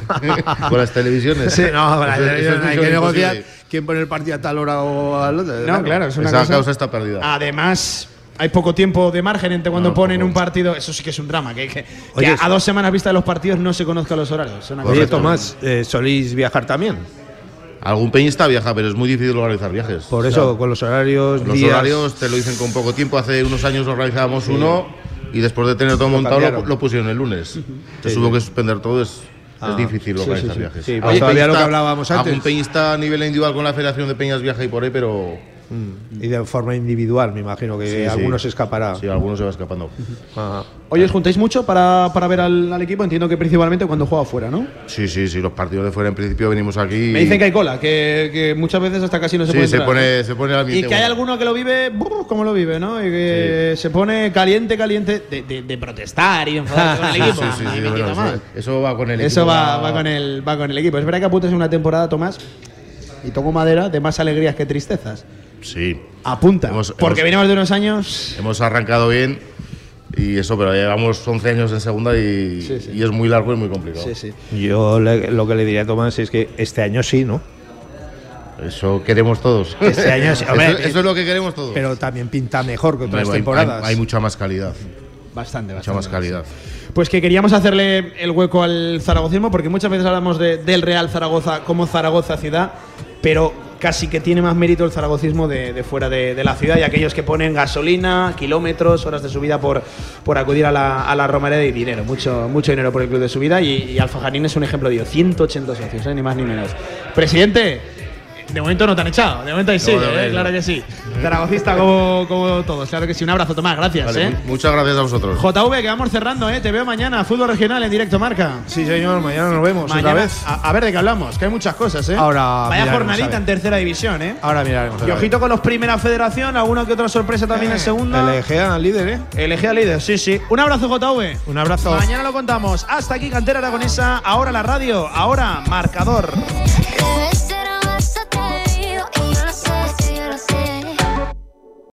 [SPEAKER 19] ¿Con las televisiones?
[SPEAKER 3] Sí, no, con las
[SPEAKER 19] Eso- eso es
[SPEAKER 3] televisiones hay
[SPEAKER 19] misión
[SPEAKER 3] que negociar
[SPEAKER 19] imposible.
[SPEAKER 3] quién pone el partido a tal hora o al otro.
[SPEAKER 2] No, claro, es una
[SPEAKER 19] Esa
[SPEAKER 2] cosa-
[SPEAKER 19] causa está perdida.
[SPEAKER 2] Además, hay poco tiempo de margen entre cuando ponen un partido. Eso sí que es un drama. Que, que- que
[SPEAKER 3] Oye,
[SPEAKER 2] a dos semanas vista de los partidos no se conozcan los horarios. Es una
[SPEAKER 3] Oye,
[SPEAKER 2] cosa-
[SPEAKER 3] Tomás, eh, ¿soléis viajar también?
[SPEAKER 19] Algún peñista viaja, pero es muy difícil organizar viajes.
[SPEAKER 3] Por
[SPEAKER 19] O
[SPEAKER 3] eso,
[SPEAKER 19] sea,
[SPEAKER 3] con los horarios,
[SPEAKER 19] Los
[SPEAKER 3] días-
[SPEAKER 19] horarios te lo dicen con poco tiempo. Hace unos años organizábamos uno y después de tener todo
[SPEAKER 3] Lo
[SPEAKER 19] montado lo,
[SPEAKER 3] cambiaron.
[SPEAKER 19] lo pusieron el lunes. Entonces hubo que suspender todo. Es,
[SPEAKER 3] Ah.
[SPEAKER 19] es difícil
[SPEAKER 3] Sí,
[SPEAKER 19] organizar
[SPEAKER 3] sí, sí.
[SPEAKER 19] viajes.
[SPEAKER 3] Sí,
[SPEAKER 19] Algún
[SPEAKER 3] pues todavía lo que
[SPEAKER 19] peñista-
[SPEAKER 3] hablábamos
[SPEAKER 19] Algún
[SPEAKER 3] antes.
[SPEAKER 19] peñista a nivel individual con la Federación de Peñas viaja y por ahí, pero.
[SPEAKER 3] mm, Y de forma individual, me imagino que
[SPEAKER 19] Sí, sí.
[SPEAKER 3] algunos se escapará.
[SPEAKER 19] Sí, algunos se va escapando.
[SPEAKER 2] Oye, ¿os juntáis mucho para, para ver al, al equipo? Entiendo que principalmente cuando juega afuera, ¿no?
[SPEAKER 19] Sí, sí, sí. Los partidos de fuera, en principio, venimos aquí.
[SPEAKER 2] Me dicen que hay cola, que, que muchas veces hasta casi no se
[SPEAKER 19] Sí,
[SPEAKER 2] puede
[SPEAKER 19] se
[SPEAKER 2] entrar,
[SPEAKER 19] pone-
[SPEAKER 2] ¿no?
[SPEAKER 19] se pone el
[SPEAKER 2] Y
[SPEAKER 19] ambiente
[SPEAKER 2] que hay
[SPEAKER 19] bueno.
[SPEAKER 2] alguno que lo vive, brr, como lo vive, ¿no? Y que se pone caliente, caliente de, de- de protestar y de enfadarse con el equipo.
[SPEAKER 19] (laughs) Sí, sí, sí,
[SPEAKER 2] Ay, me
[SPEAKER 19] bueno,
[SPEAKER 2] quita
[SPEAKER 19] eso-
[SPEAKER 2] más.
[SPEAKER 19] Eso va con el
[SPEAKER 2] Eso
[SPEAKER 19] equipo,
[SPEAKER 2] va, va con el, va con el equipo. Es verdad que apuntas en una temporada, Tomás, y toco madera, de más alegrías que tristezas.
[SPEAKER 19] Sí.
[SPEAKER 2] Apunta. porque venimos de unos años.
[SPEAKER 19] Hemos arrancado bien y eso, pero llevamos 11 años en segunda y, y es muy largo y muy complicado.
[SPEAKER 2] Sí, sí.
[SPEAKER 3] Yo le- lo que le diría a Tomás es que este año sí, ¿no?
[SPEAKER 19] Eso queremos todos.
[SPEAKER 3] Este año sí. Hombre,
[SPEAKER 19] Eso- eso es lo que queremos todos.
[SPEAKER 3] Pero también pinta mejor que
[SPEAKER 19] Hombre,
[SPEAKER 3] otras
[SPEAKER 19] hay-
[SPEAKER 3] temporadas.
[SPEAKER 19] hay- hay mucha más calidad.
[SPEAKER 2] Bastante,
[SPEAKER 19] Mucha más calidad.
[SPEAKER 2] Pues que queríamos hacerle el hueco al zaragocismo, porque muchas veces hablamos de- del Real Zaragoza como Zaragoza ciudad, pero casi que tiene más mérito el zaragocismo de, de fuera de, de la ciudad y aquellos que ponen gasolina, kilómetros, horas de subida por, por acudir a la, a la Romareda y dinero, mucho, mucho dinero por el club de subida y, y Alfajarín es un ejemplo de ello, 180 socios, ¿eh? ni más ni menos. Presidente, de momento no te han echado, de momento ahí
[SPEAKER 19] No,
[SPEAKER 2] sigue,
[SPEAKER 19] de
[SPEAKER 2] ¿eh?
[SPEAKER 19] momento.
[SPEAKER 2] claro que
[SPEAKER 19] (laughs)
[SPEAKER 2] sí. Zaragocista como, como todos, claro que sí. Un abrazo, Tomás, gracias.
[SPEAKER 19] Vale,
[SPEAKER 2] ¿eh?
[SPEAKER 19] mu- Muchas gracias a vosotros.
[SPEAKER 2] JV, que vamos cerrando, ¿eh? Te veo mañana, fútbol regional en directo marca.
[SPEAKER 3] Sí, señor, mañana nos vemos
[SPEAKER 2] Mañana,
[SPEAKER 3] otra vez.
[SPEAKER 2] A, a ver de qué hablamos, que hay muchas cosas, ¿eh?
[SPEAKER 3] Ahora
[SPEAKER 2] Vaya
[SPEAKER 3] miraremos, a
[SPEAKER 2] jornadita
[SPEAKER 3] ver.
[SPEAKER 2] en tercera división, ¿eh?
[SPEAKER 3] Ahora miraremos.
[SPEAKER 2] Y
[SPEAKER 3] otra vez.
[SPEAKER 2] ojito con los Primera Federación, alguna que otra sorpresa también en segunda.
[SPEAKER 3] El Egea líder, ¿eh?
[SPEAKER 2] El Egea líder, sí, sí. Un abrazo, JV.
[SPEAKER 3] Un abrazo.
[SPEAKER 2] Mañana lo contamos. Hasta aquí, Cantera Aragonesa. Ahora la radio, ahora marcador.